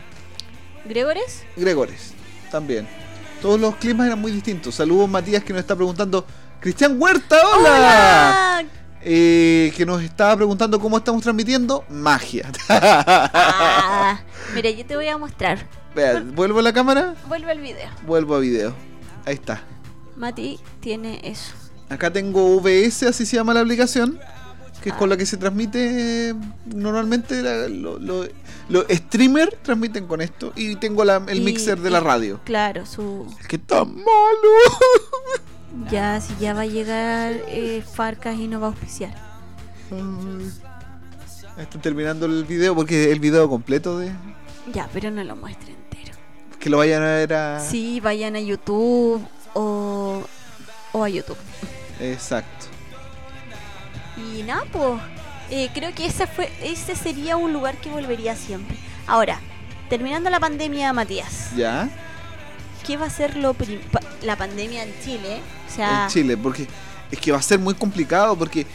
Gregores,
Gregores, también. Todos los climas eran muy distintos. Saludos Matías que nos está preguntando, Cristian Huerta, hola. Eh, que nos estaba preguntando cómo estamos transmitiendo magia. [LAUGHS]
Ah, mira, yo te voy a mostrar.
Vea, Vuelvo a la cámara,
Vuelve al video.
vuelvo a video. Ahí está.
Mati tiene eso.
Acá tengo VS, así se llama la aplicación, que es con la que se transmite eh, normalmente. la- lo- lo- los streamers transmiten con esto. Y tengo la- el
Y-
mixer de
y-
la radio.
Claro, su.
¡Qué tan malo! [LAUGHS]
Ya, si ya va a llegar eh, Farcas y no va a auspiciar.
Ay. Están terminando el video porque el video completo de.
Ya, pero no lo muestre entero.
Que lo vayan a ver a.
Sí, vayan a YouTube o, o a YouTube.
Exacto.
Y nada, pues, eh, creo que esa fue, ese sería un lugar que volvería siempre. Ahora, terminando la pandemia, Matías.
¿Ya?
¿Qué va a ser lo prim- pa- la pandemia en Chile? O sea,
en Chile, porque es que va a ser muy complicado porque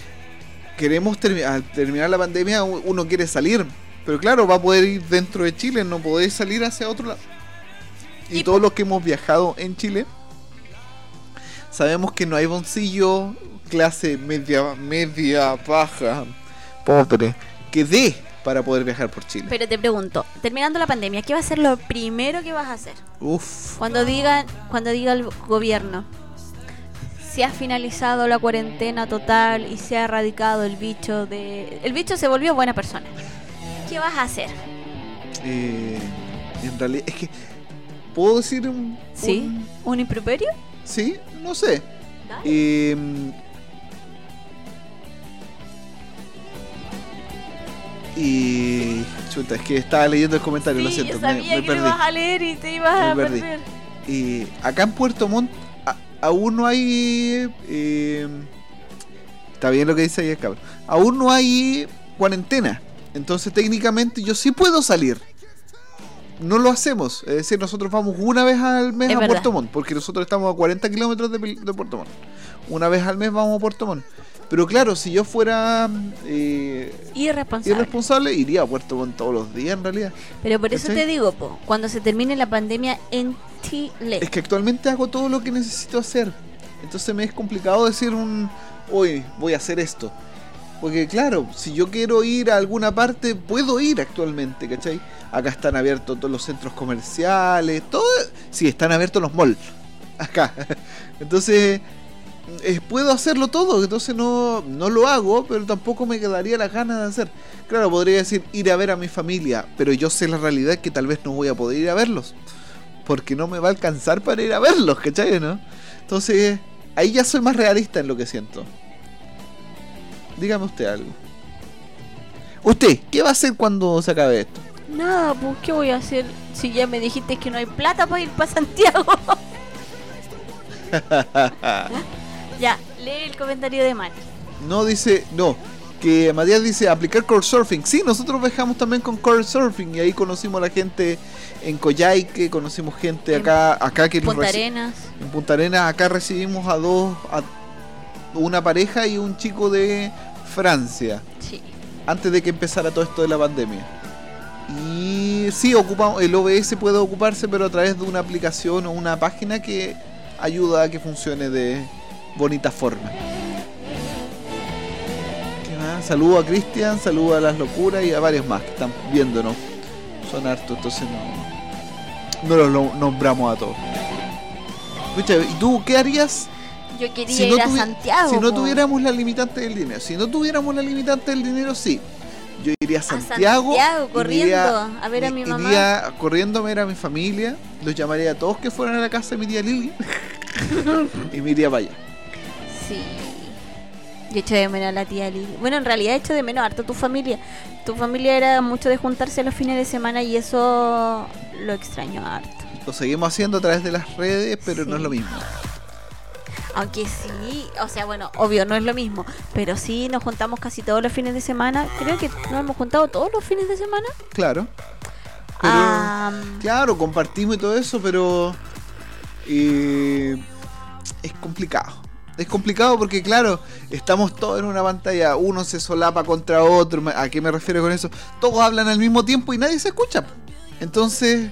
queremos termi- al terminar la pandemia u- uno quiere salir, pero claro, va a poder ir dentro de Chile, no podés salir hacia otro lado. Y,
Y
todos los que hemos viajado en Chile sabemos que no hay bolsillo clase media media baja pobre que dé para poder viajar por Chile.
pero te pregunto, terminando la pandemia, ¿qué va a ser lo primero que vas a hacer?
Uf,
Cuando digan, cuando diga el gobierno, se ha finalizado la cuarentena total y se ha erradicado el bicho de el bicho se volvió buena persona. ¿Qué vas a hacer?
eh, en realidad es que puedo decir un
¿Sí? ¿Un improperio?
Em, un- sí, no sé.
Dale.
Eh, Y. Chuta, es que estaba leyendo el comentario, lo
Sí,
siento,
yo
me,
sabía
me
que
perdí.
te ibas a leer y te ibas a
Me perdí.
perder.
Y eh, acá en Puerto Montt a- aún no hay. eh, está bien lo que dice ahí el cabrón. Aún no hay cuarentena. Entonces técnicamente yo sí puedo salir. No lo hacemos. Es decir, nosotros vamos una vez al mes
Es
a
verdad.
Puerto Montt. Porque nosotros estamos a 40 kilómetros de, Pil- de Puerto Montt. Una vez al mes vamos a Puerto Montt. Pero claro, si yo fuera eh,
Irresponsable.
irresponsable, iría a Puerto Montt todos los días en realidad.
Pero por eso
¿Cachai?
te digo, po, cuando se termine la pandemia en Chile.
Es que actualmente hago todo lo que necesito hacer. Entonces me es complicado decir un hoy voy a hacer esto. Porque claro, si yo quiero ir a alguna parte, puedo ir actualmente, ¿cachai? Acá están abiertos todos los centros comerciales, todo... Sí, están abiertos los malls. Acá. [LAUGHS] Entonces, eh, puedo hacerlo todo, entonces no, no lo hago, pero tampoco me quedaría la gana de hacer. Claro, podría decir ir a ver a mi familia, pero yo sé la realidad que tal vez no voy a poder ir a verlos porque no me va a alcanzar para ir a verlos, ¿cachai? ¿No? Entonces, ahí ya soy más realista en lo que siento. Dígame usted algo. Usted, ¿qué va a hacer cuando se acabe esto?
Nada, pues, ¿qué voy a hacer si ya me dijiste que no hay plata para ir para
[LAUGHS]
Santiago? ya, lee el comentario de Mati.
no dice, no, que Matías dice aplicar surfing. Sí, nosotros viajamos también con surfing y ahí conocimos a la gente en Coyhaique, conocimos gente
En
acá, acá que nos
Punta
reci-
Arenas.
En Punta Arenas acá recibimos a dos, a una pareja y un chico de Francia.
Sí.
antes de que empezara todo esto de la pandemia. Y sí, ocupamos, el OBS puede ocuparse, pero a través de una aplicación o una página que ayuda a que funcione de bonita forma. ¿Qué más? Saludo a Cristian, saludo a las locuras y a varios más que están viéndonos. Son hartos, entonces no, no los lo- nombramos a todos. Escucha, ¿y tú qué harías
Yo quería
si no,
ir a
tuvi-
Santiago.
si no
po.
tuviéramos la limitante del dinero, si no tuviéramos la limitante del dinero, sí. Yo iría a
A
Santiago.
Santiago,
y
corriendo,
iría-
a ver a mi mamá.
Iría corriendo a ver a mi familia. Los llamaría a todos que fueran a la casa de mi
[LAUGHS]
tía Lili. y me iría para allá.
Sí. Yo echo de menos a la tía Lili. Bueno, en realidad echo de menos harto a tu familia. Tu familia era mucho de juntarse los fines de semana y eso lo extraño harto.
Lo seguimos haciendo a través de las redes, pero no es
Sí.
lo mismo.
Aunque sí, o sea, bueno, obvio, no es lo mismo. Pero sí, nos juntamos casi todos los fines de semana. Creo que nos hemos juntado todos los fines de semana.
Claro. Pero,
Ah,
Claro, compartimos y todo eso, pero eh, es complicado. Es complicado porque, claro, estamos todos en una pantalla, uno se solapa contra otro. ¿A qué me refiero con eso? Todos hablan al mismo tiempo y nadie se escucha. Entonces,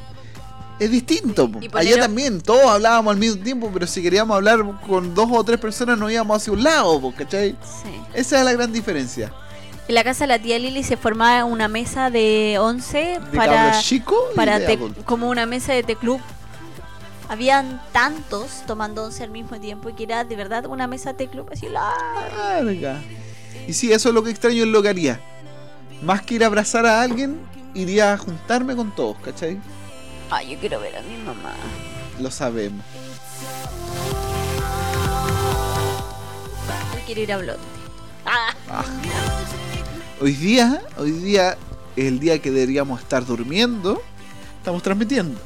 es distinto.
Y poner
Allá
un-
también, todos hablábamos al mismo tiempo, pero si queríamos hablar con dos o tres personas, nos íbamos hacia un lado, po, ¿cachai?
sí.
Esa es la gran diferencia.
En la casa de la tía Lili se formaba una mesa de 11
De
para,
cabros chicos y
para
de
te-
adultos.
como una mesa de teclub. Habían tantos tomando 11 al mismo tiempo que era de verdad una mesa teclub así larga.
larga. Y sí, eso es lo que extraño es lo que haría. Más que ir a abrazar a alguien, iría a juntarme con todos, ¿cachai?
Ay, yo quiero ver a mi mamá.
Lo sabemos.
Yo quiero ir a Blot.
Ah. Hoy día, hoy día es el día que deberíamos estar durmiendo. Estamos transmitiendo.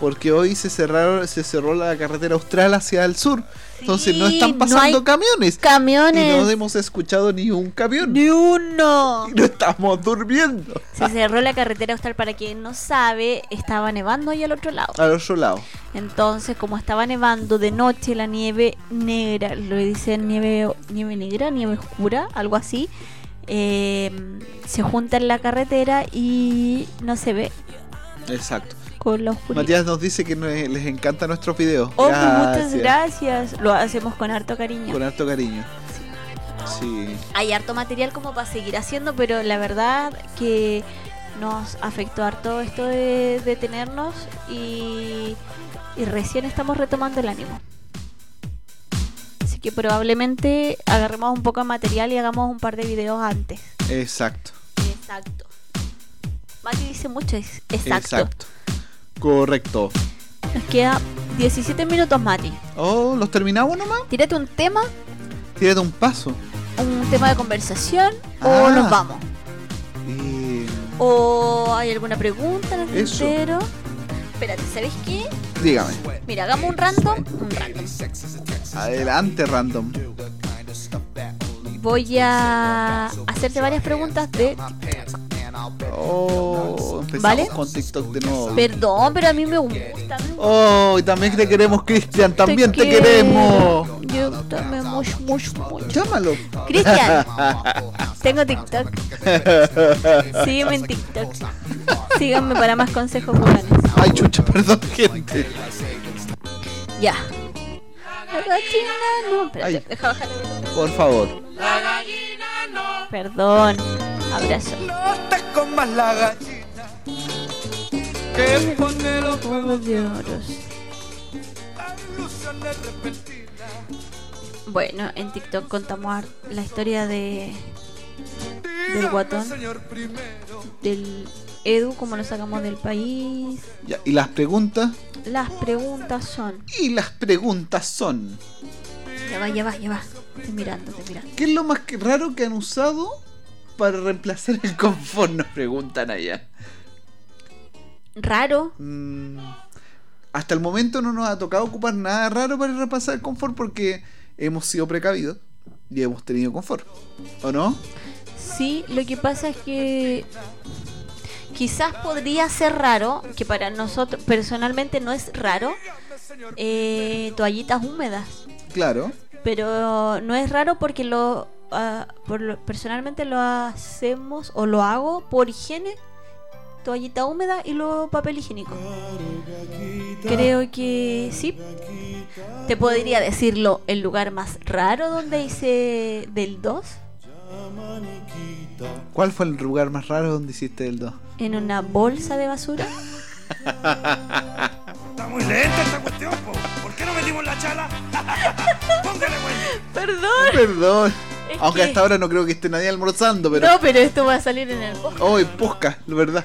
Porque hoy se cerraron, se cerró la carretera austral hacia el sur. Entonces no
Sí,
están
no hay
pasando camiones.
Camiones.
Y no hemos escuchado ni un camión.
Ni uno.
[LAUGHS] Y no estamos durmiendo.
Se cerró la carretera austral para quien no sabe, estaba nevando ahí al otro lado.
Al otro lado.
Entonces, como estaba nevando de noche, la nieve negra, lo dicen nieve, nieve negra, nieve oscura, algo así, eh, se junta en la carretera y no se ve
Exacto.
con la oscuridad.
Matías nos dice que no- les encantan nuestros videos.
Oh, muchas gracias. Lo hacemos con harto cariño.
Con harto cariño. Sí.
Hay harto material como para seguir haciendo, pero la verdad que nos afectó harto esto de detenernos y, y recién estamos retomando el ánimo. Así que probablemente agarremos un poco de material y hagamos un par de videos antes.
exacto.
Exacto. Mati dice mucho, es
Exacto.
exacto.
Correcto.
Nos queda 17 minutos, Mati.
Oh, ¿los terminamos nomás?
Tírate un tema,
Tírate un paso.
un tema de conversación
Ah.
o nos vamos.
Y
¿O hay alguna pregunta en el
Eso.
tintero? Espérate, ¿sabes qué?
Dígame.
Mira, hagamos un random. Un random.
Adelante, random.
Voy a hacerte varias preguntas de.
Oh, empezamos
¿Vale?
con TikTok de nuevo.
Perdón, pero a mí me gusta. me gusta.
Oh, y también te queremos, Cristian. También te, queremos.
quiero. Yo también mucho, mucho, mucho.
Llámalo.
Cristian, tengo TikTok. Sígueme en TikTok. Síganme para más consejos jóvenes.
Ay, chucha, [LAUGHS] perdón, gente.
Ya. La gallina no. Espérate,
Ay.
deja bajar el volumen.
Por favor.
Perdón. Abrazo.
No te comas la gallina. Que pone los
Huevos de oros.
ilusiones repentinas.
Bueno, en TikTok contamos har- la historia de del guatón,
Señor primero.
del Edu, como lo sacamos del país.
Ya, y las preguntas.
Las preguntas son.
Y las preguntas son:
Ya va, ya va, ya va. Estoy mirando, estoy mirando.
¿Qué es lo más que- raro que han usado para reemplazar el confort? Nos preguntan allá.
Raro.
Mm, hasta el momento no nos ha tocado ocupar nada raro para reemplazar el confort porque hemos sido precavidos y hemos tenido confort. ¿O no?
Sí, lo que pasa es que quizás podría ser raro, que para nosotros personalmente no es raro, eh, toallitas húmedas,
Claro.
pero no es raro porque lo, ah, por lo- personalmente lo hacemos o lo hago por higiene, toallita húmeda y luego papel higiénico. Creo que sí. Te podría decirlo el lugar más raro donde hice del 2.
¿Cuál fue el lugar más raro donde hiciste el 2?
en una bolsa de basura.
[LAUGHS] Está muy lenta esta cuestión, po. ¿por qué no metimos la chala? [LAUGHS] Póngale, güey.
Perdón.
[LAUGHS] Perdón.
Es
Aunque
que-
hasta ahora no creo que esté nadie almorzando, pero.
No, pero esto va a salir en el podcast.
Hoy posca, la verdad.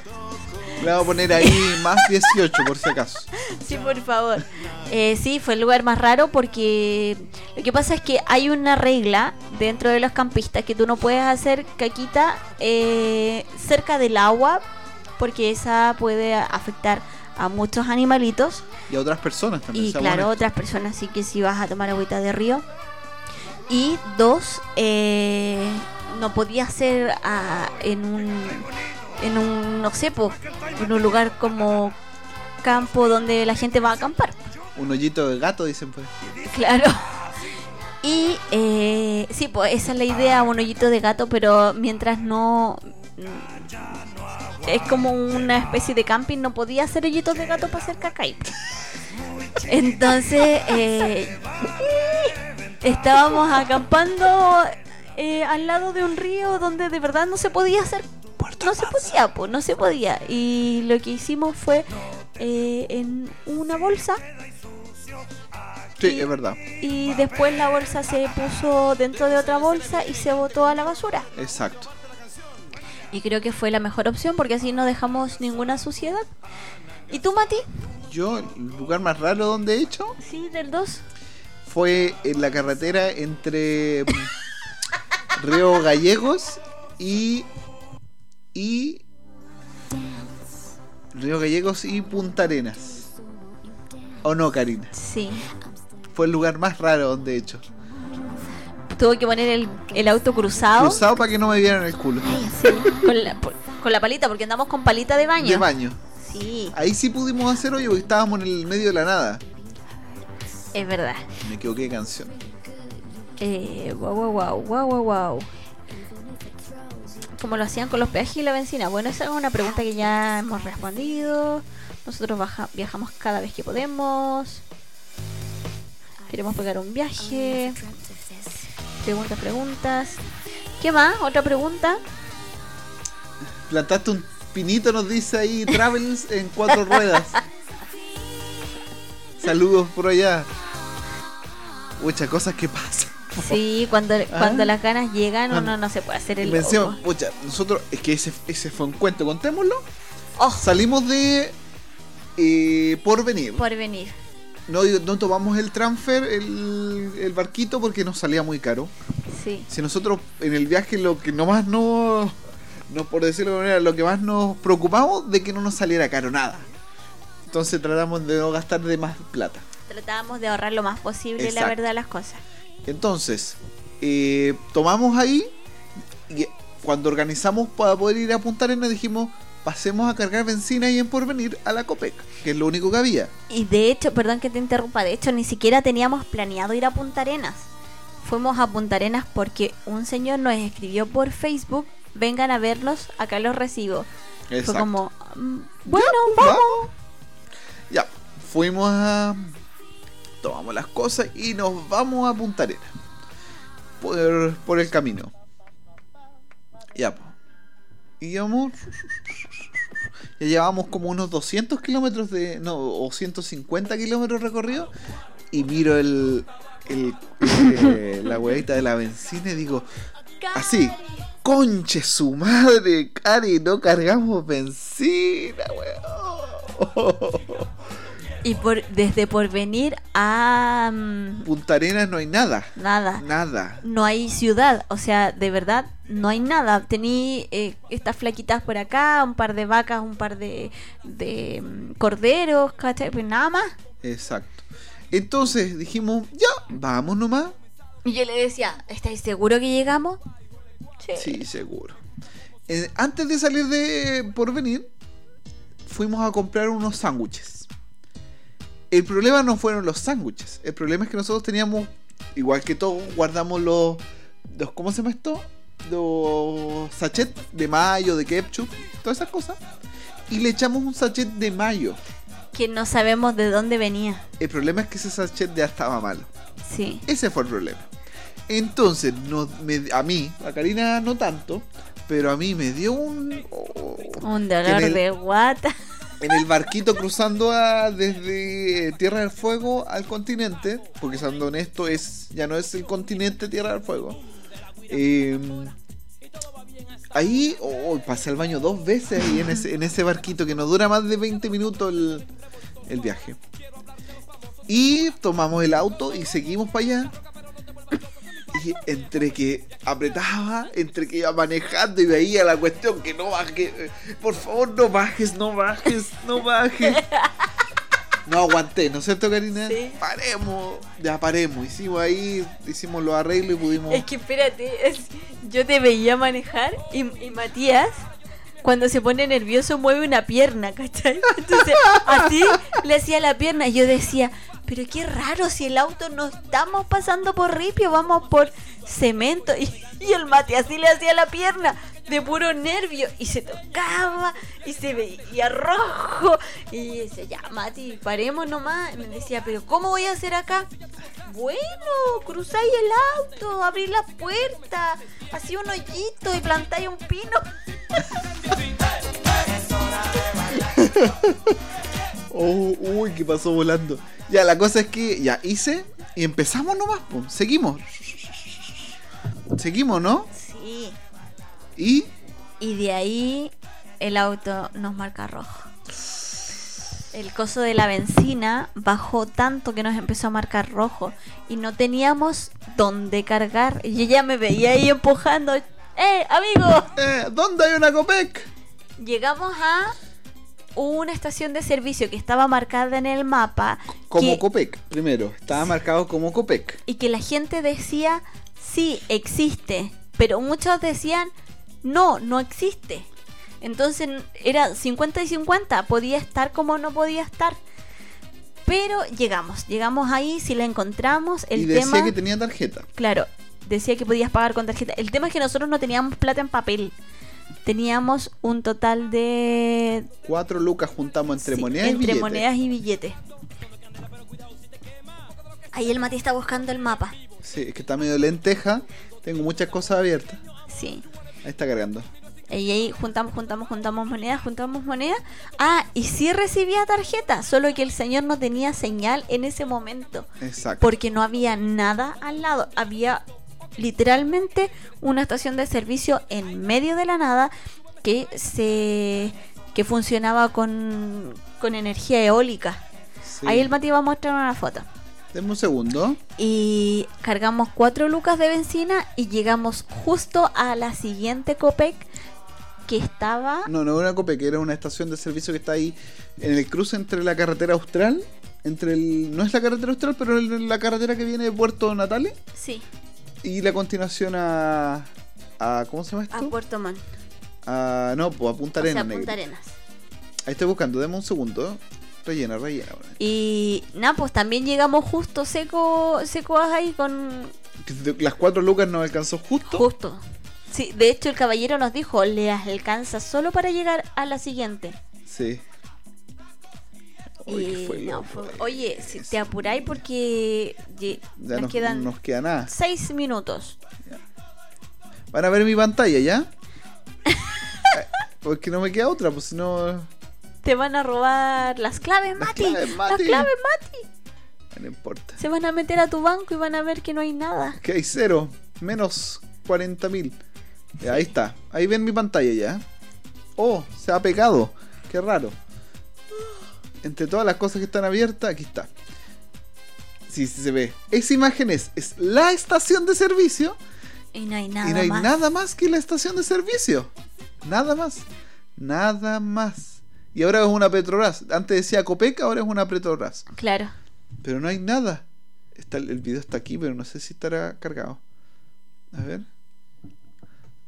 Le voy a poner ahí más 18 por si acaso.
Sí, por favor. Eh, sí, fue el lugar más raro porque lo que pasa es que hay una regla dentro de los campistas que tú no puedes hacer caquita eh, cerca del agua porque esa puede afectar a muchos animalitos.
Y a otras personas también.
Y
seamos
claro,
honestos.
otras personas sí que si vas a tomar agüita de río. Y dos, eh, no podía ser ah, en un, en un, no sé, po, en un lugar como campo donde la gente va a acampar.
Un hoyito de gato, dicen pues.
Claro. [LAUGHS] Y eh, sí, pues esa es la idea, un hoyito de gato, pero mientras no... mm, Es como una especie de camping, no podía hacer hoyitos de gato para hacer cacay. [LAUGHS] Entonces, eh, estábamos acampando eh, al lado de un río donde de verdad no se podía hacer... No se podía, pues, no se podía. Y lo que hicimos fue eh, en una bolsa
Sí,
Y-
es verdad.
y después la bolsa se puso dentro de otra bolsa y se botó a la basura.
Exacto.
Y creo que fue la mejor opción porque así no dejamos ninguna suciedad. ¿Y tú, Mati?
Yo, el lugar más raro donde he hecho
Sí, del 2.
fue en la carretera entre mm, Río Gallegos y. y. Río Gallegos y Punta Arenas. ¿O no, Karina?
Sí.
Fue el lugar más raro donde he hecho.
Tuve que poner el, el auto cruzado,
Cruzado para que no me vieran el culo.
Con, la, por- con la palita porque andamos con palita de baño.
De baño.
Sí,
Ahí sí pudimos hacer hoyo porque estábamos en el medio de la nada.
es verdad.
Me equivoqué de canción.
Eh, wow, wow, wow, wow, wow, wow. Como lo hacían con los peajes y la benzina. Bueno, esa es una pregunta que ya hemos respondido. Nosotros baja- viajamos cada vez que podemos. Queremos pegar un viaje. Preguntas, preguntas. ¿Qué más? ¿Otra pregunta?
Plantaste un pinito, nos dice ahí, Travels en cuatro ruedas. Saludos por allá. Muchas cosas que pasan.
Sí, cuando, cuando las ganas llegan
Ah.
uno no se puede hacer
Y
el
me encima,
loco.
pucha, nosotros, es que ese, ese fue un cuento, contémoslo.
Oh,
Salimos de eh, Porvenir.
por venir.
No, no tomamos el transfer, el, el barquito, porque nos salía muy caro.
Sí.
Si nosotros en el viaje lo que nomás no, no, por decirlo de alguna manera, lo que más nos preocupamos de que no nos saliera caro nada. Entonces tratamos de no gastar de más plata.
Tratábamos de ahorrar lo más posible, la
Exacto.
verdad, las cosas.
Entonces, eh, tomamos ahí y cuando organizamos para poder ir a Punta Arenas dijimos, pasemos a cargar benzina y en porvenir a la Copec, que es lo único que había.
Y de hecho, perdón que te interrumpa, de hecho ni siquiera teníamos planeado ir a Punta Arenas. Fuimos a Punta Arenas porque un señor nos escribió por Facebook, vengan a verlos, acá los recibo. Fue como, "Mm, bueno, vamos.
Vamos. Ya, fuimos a. Tomamos las cosas y nos vamos a Punta Arenas. Por, por el camino. Ya, po. Íbamos. Ya llevábamos como unos 200 kilómetros de. No, o 150 kilómetros recorrido. Y miro el. el- eh, la huevita de la benzina y digo. Así. Conche su madre, Cari, no cargamos benzina, weón.
Y por, desde por venir a... mm,
Punta Arenas no hay nada.
nada.
Nada.
no hay ciudad, o sea, de verdad no hay nada. Tení eh, estas flaquitas por acá, un par de vacas, un par de, de mm, corderos, ¿cachai? Pues nada más.
Exacto. Entonces dijimos, ya, vamos nomás.
Y yo le decía, ¿estáis seguro que llegamos?
Sí, seguro. Eh, antes de salir de Porvenir, fuimos a comprar unos sándwiches. El problema no fueron los sándwiches. El problema es que nosotros teníamos, igual que todos, guardamos los, los ¿cómo se llama esto? Los sachets de mayo, de ketchup, todas esas cosas. Y le echamos un sachet de mayo.
Que no sabemos de dónde venía.
El problema es que ese sachet ya estaba malo.
Sí.
Ese fue el problema. Entonces, no- me- a mí, a Karina no tanto, pero a mí me dio un... oh,
Un
que
dolor
en el-
de guata.
En el barquito cruzando a- desde eh, Tierra del Fuego al continente, porque siendo honesto, es, ya no es el continente Tierra del Fuego. Eh, ahí oh, pasé al baño dos veces ahí en ese, en ese barquito que no dura más de 20 minutos el, el viaje. Y tomamos el auto y seguimos para allá. Y entre que apretaba, entre que iba manejando y veía la cuestión que no baje. Por favor, no bajes, no bajes, no bajes. No aguanté, ¿no es cierto, Karina?
Sí.
Paremos, ya paremos. Hicimos ahí, hicimos los arreglos y pudimos.
Es que espérate, es- yo te veía manejar y, y Matías, cuando se pone nervioso, mueve una pierna, ¿cachai? Entonces, así le hacía la pierna. Y yo decía, pero qué raro, si el auto no estamos pasando por ripio, vamos por cemento. [LAUGHS] Y, y el Matías así le hacía la pierna, de puro nervio. Y se tocaba, y se veía rojo. Y decía, ya, Mati, paremos nomás. Y me decía, pero ¿cómo voy a hacer acá? Bueno, cruzáis el auto, abrís la puerta, hacía un hoyito y plantáis un pino. [LAUGHS]
Oh, uy, que pasó volando. Ya, la cosa es que ya hice y empezamos nomás, pum. Seguimos. Seguimos, ¿no?
Sí.
Y
Y de ahí el auto nos marca rojo. El coso de la benzina bajó tanto que nos empezó a marcar rojo y no teníamos dónde cargar. Y ella me veía ahí empujando. ¡Eh, amigo!
eh, ¿dónde hay una Copec?
Llegamos a una estación de servicio que estaba marcada en el mapa.
Como
que-
Copec, primero. Estaba marcado como Copec.
y que la gente decía, sí, existe, pero muchos decían, no, no existe. Entonces era 50 y 50, podía estar como no podía estar. Pero llegamos, llegamos ahí, si la encontramos, el
y decía
tema...
que tenía tarjeta.
Claro, decía que podías pagar con tarjeta. El tema es que nosotros no teníamos plata en papel. Teníamos un total de...
Cuatro lucas juntamos entre
sí,
monedas y
entre
billetes.
monedas y billetes. Ahí el Mati está buscando el mapa.
Sí, es que está medio lenteja. Tengo muchas cosas abiertas.
Sí.
Ahí está cargando.
Y ahí juntamos, juntamos, juntamos monedas, juntamos monedas. Ah, y sí recibía tarjeta, solo que el señor no tenía señal en ese momento,
Exacto.
porque no había nada al lado. Había literalmente una estación de servicio en medio de la nada que se que funcionaba con, con energía eólica.
Sí.
Ahí el Mati va a mostrar una foto.
Deme un segundo.
Y cargamos cuatro lucas de benzina y llegamos justo a la siguiente Copec, que estaba.
No, no era una Cope, que era una estación de servicio que está ahí en el cruce entre la carretera austral, entre el. No es la carretera austral, pero el- la carretera que viene de Puerto Natales
Sí,
y la continuación a. a ¿Cómo se llama
a
esto?
Puerto Montt.
A- no, pues a Punta
O sea,
Arenas.
a Punta
negro.
Arenas.
Ahí estoy buscando, dame un segundo. Rellena, rellena. bueno.
Y nada, pues también llegamos justo seco, seco ahí con.
Que Las cuatro lucas nos alcanzó justo.
Justo. Sí, de hecho el caballero nos dijo, le alcanza solo para llegar a la siguiente.
Sí. Uy,
Y
qué fue
no,
loco,
fue-
eh.
oye, si te apuráis porque ye-
Ya
nos
nos,
quedan
nos queda nada.
seis minutos.
Van a ver mi pantalla, ¿ya? Eh, Porque no me queda otra, pues si no.
Te van a robar las claves,
Las
Mati.
claves, Mati.
Las claves, Mati.
No importa.
Se van a meter a tu banco y van a ver que no hay nada.
Que hay cero, menos 40.000 mil. Eh, Ahí está, ahí ven mi pantalla ya. Oh, se ha pegado, qué raro. Entre todas las cosas que están abiertas, aquí está. Sí, sí se ve. Esa imagen es, es la estación de servicio
Y no hay nada.
y no hay
más.
nada más que la estación de servicio. Nada más. Nada más. Y ahora es una Petrobras. Antes decía Copeca, ahora es una Petrobras.
Claro.
Pero no hay nada. Está, el video está aquí, pero no sé si estará cargado. A ver.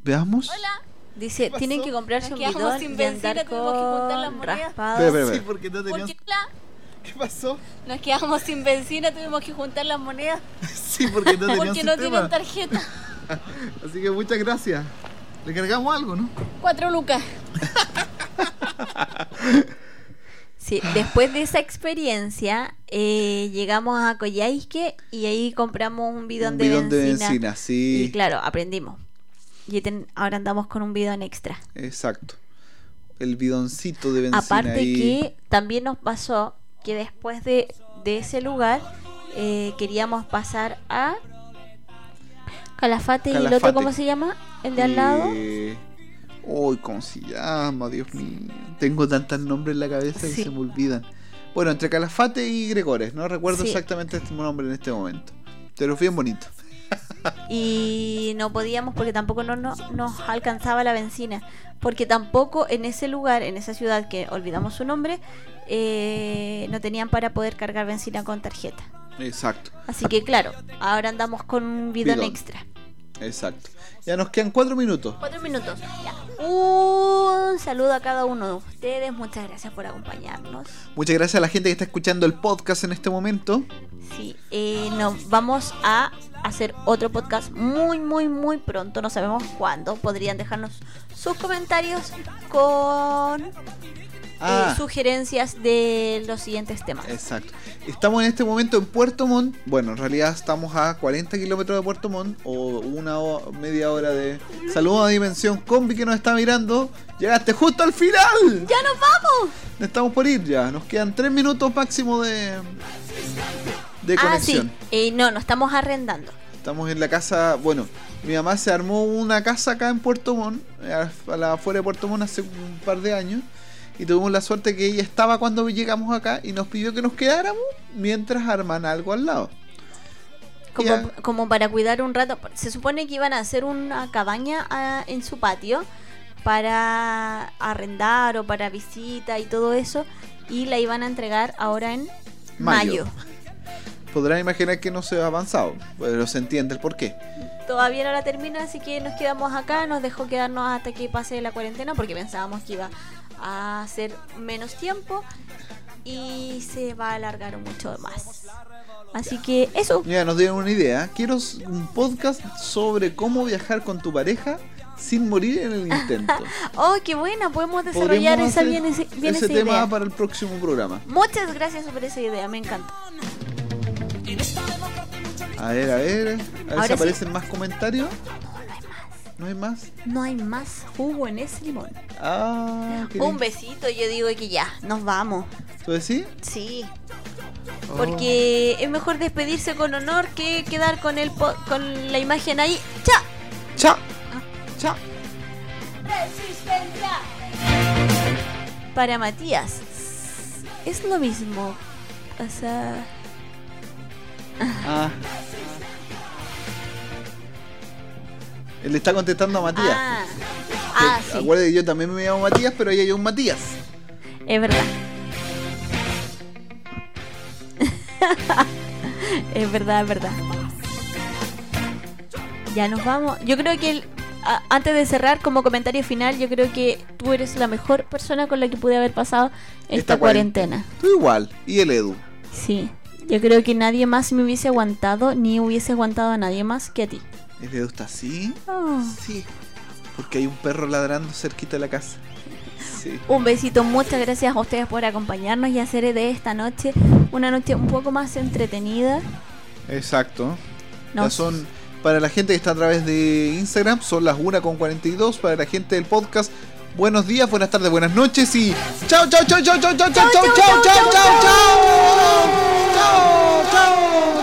Veamos.
Dice, tienen que comprarse un
Nos quedamos
bidón
sin
y
bencina,
andar
tuvimos que juntar las
con
monedas.
Espera,
raspados.
espera, espera.
porque no
Porque la-
¿Qué pasó?
nos quedamos sin benzina, tuvimos que juntar las monedas
Sí, porque no tenían
porque no
sistema.
tienen tarjeta.
Así que muchas gracias. Le cargamos algo, ¿no?
Cuatro lucas.
Sí, después de esa experiencia, eh, llegamos a Coyhaique y ahí compramos un bidón,
Un
de,
bidón de
bencina.
bencina, sí.
Y claro, aprendimos. Y ten- ahora andamos con un bidón extra.
Exacto. El bidoncito de benzina
Aparte
ahí.
que también nos pasó que después de, de ese lugar eh, queríamos pasar a Calafate, y el otro,
Calafate.
¿cómo se llama? El de al lado.
Eh, Uy, ¿cómo se llama? Dios mío. Tengo tantos nombres en la cabeza
Sí.
que se me olvidan. Bueno, entre Calafate y Gregores. No recuerdo
Sí.
exactamente este nombre en este momento. Pero fue bien bonito.
y no podíamos porque tampoco no, no- nos alcanzaba la benzina. Porque tampoco en ese lugar, en esa ciudad que olvidamos su nombre, eh, no tenían para poder cargar benzina con tarjeta.
Exacto.
Así que claro, ahora andamos con un bidón,
Bidón.
extra.
Exacto. Ya nos quedan cuatro minutos.
Cuatro minutos. Ya. Un saludo a cada uno de ustedes. Muchas gracias por acompañarnos.
Muchas gracias a la gente que está escuchando el podcast en este momento.
Sí, eh, nos vamos a hacer otro podcast muy, muy, muy pronto. No sabemos cuándo. Podrían dejarnos sus comentarios con eh,
Ah, Eh,
sugerencias de los siguientes temas.
exacto. Estamos en este momento en Puerto Montt. Bueno, en realidad estamos a 40 kilómetros de Puerto Montt o una o media hora de. Saludos a Dimensión Combi que nos está mirando. Llegaste justo al final.
¡Ya nos vamos!
Estamos por ir ya. Nos quedan tres minutos máximo de. de
ah, sí.
conexión.
Eh, no, nos estamos arrendando.
Estamos en la casa. Bueno, mi mamá se armó una casa acá en Puerto Montt, eh, a a la afuera de Puerto Montt hace un par de años. Y tuvimos la suerte que ella estaba cuando llegamos acá y nos pidió que nos quedáramos mientras arman algo al lado.
Como,
Ya.
como para cuidar un rato. Se supone que iban a hacer una cabaña ah, en su patio para arrendar o para visita y todo eso. Y la iban a entregar ahora en mayo.
Mayo. Podrán imaginar que no se ha avanzado, pero se entiende el porqué.
Todavía no la termina, así que nos quedamos acá. Nos dejó quedarnos hasta que pase la cuarentena porque pensábamos que iba a ser menos tiempo. Y se va a alargar mucho más. Así que eso.
Mira, nos dieron una idea. Quiero s- un podcast sobre cómo viajar con tu pareja sin morir en el
[LAUGHS]
intento.
¡Oh, qué buena! Podemos desarrollar
Podríamos
esa
hacer
bien, ese, bien
ese
esa
tema
idea.
para el próximo programa.
Muchas gracias por esa idea, me encanta.
A ver, a ver. A ver
Ahora
si
sí.
aparecen más comentarios. No hay más.
No hay más jugo en ese limón.
Ah, qué
Un
bien.
besito, yo digo que ya, nos vamos.
¿Tú decís?
Sí,
Oh.
porque es mejor despedirse con honor que quedar con el po- con la imagen ahí. ¡Chao!
Chao. Chao.
Para Matías, es lo mismo. O sea,
Ah. Él le está contestando a Matías.
ah, Ah,
Que,
sí.
acuérdate que yo también me llamo Matías, pero ahí hay un Matías.
Es verdad. [LAUGHS] es verdad, es verdad. Ya nos vamos. Yo creo que el- a- antes de cerrar, como comentario final, yo creo que tú eres la mejor persona con la que pude haber pasado esta,
Esta
cuarentena.
cuarentena. Tú igual. Y el Edu.
Sí. Yo creo que nadie más me hubiese aguantado, ni hubiese aguantado a nadie más que a ti.
El Edu está así.
Oh.
Sí. Porque hay un perro ladrando cerquita de la casa. Sí.
Un besito, muchas gracias a ustedes por acompañarnos y hacer de esta noche una noche un poco más entretenida.
Exacto.
No.
Ya son para la gente que está a través de Instagram, son las 1 con 42. Para la gente del podcast, buenos días, buenas tardes, buenas noches y chao, chao, chao, chao, chao, chao, chao, chao, chao, chao, chao, chao, chao, chao,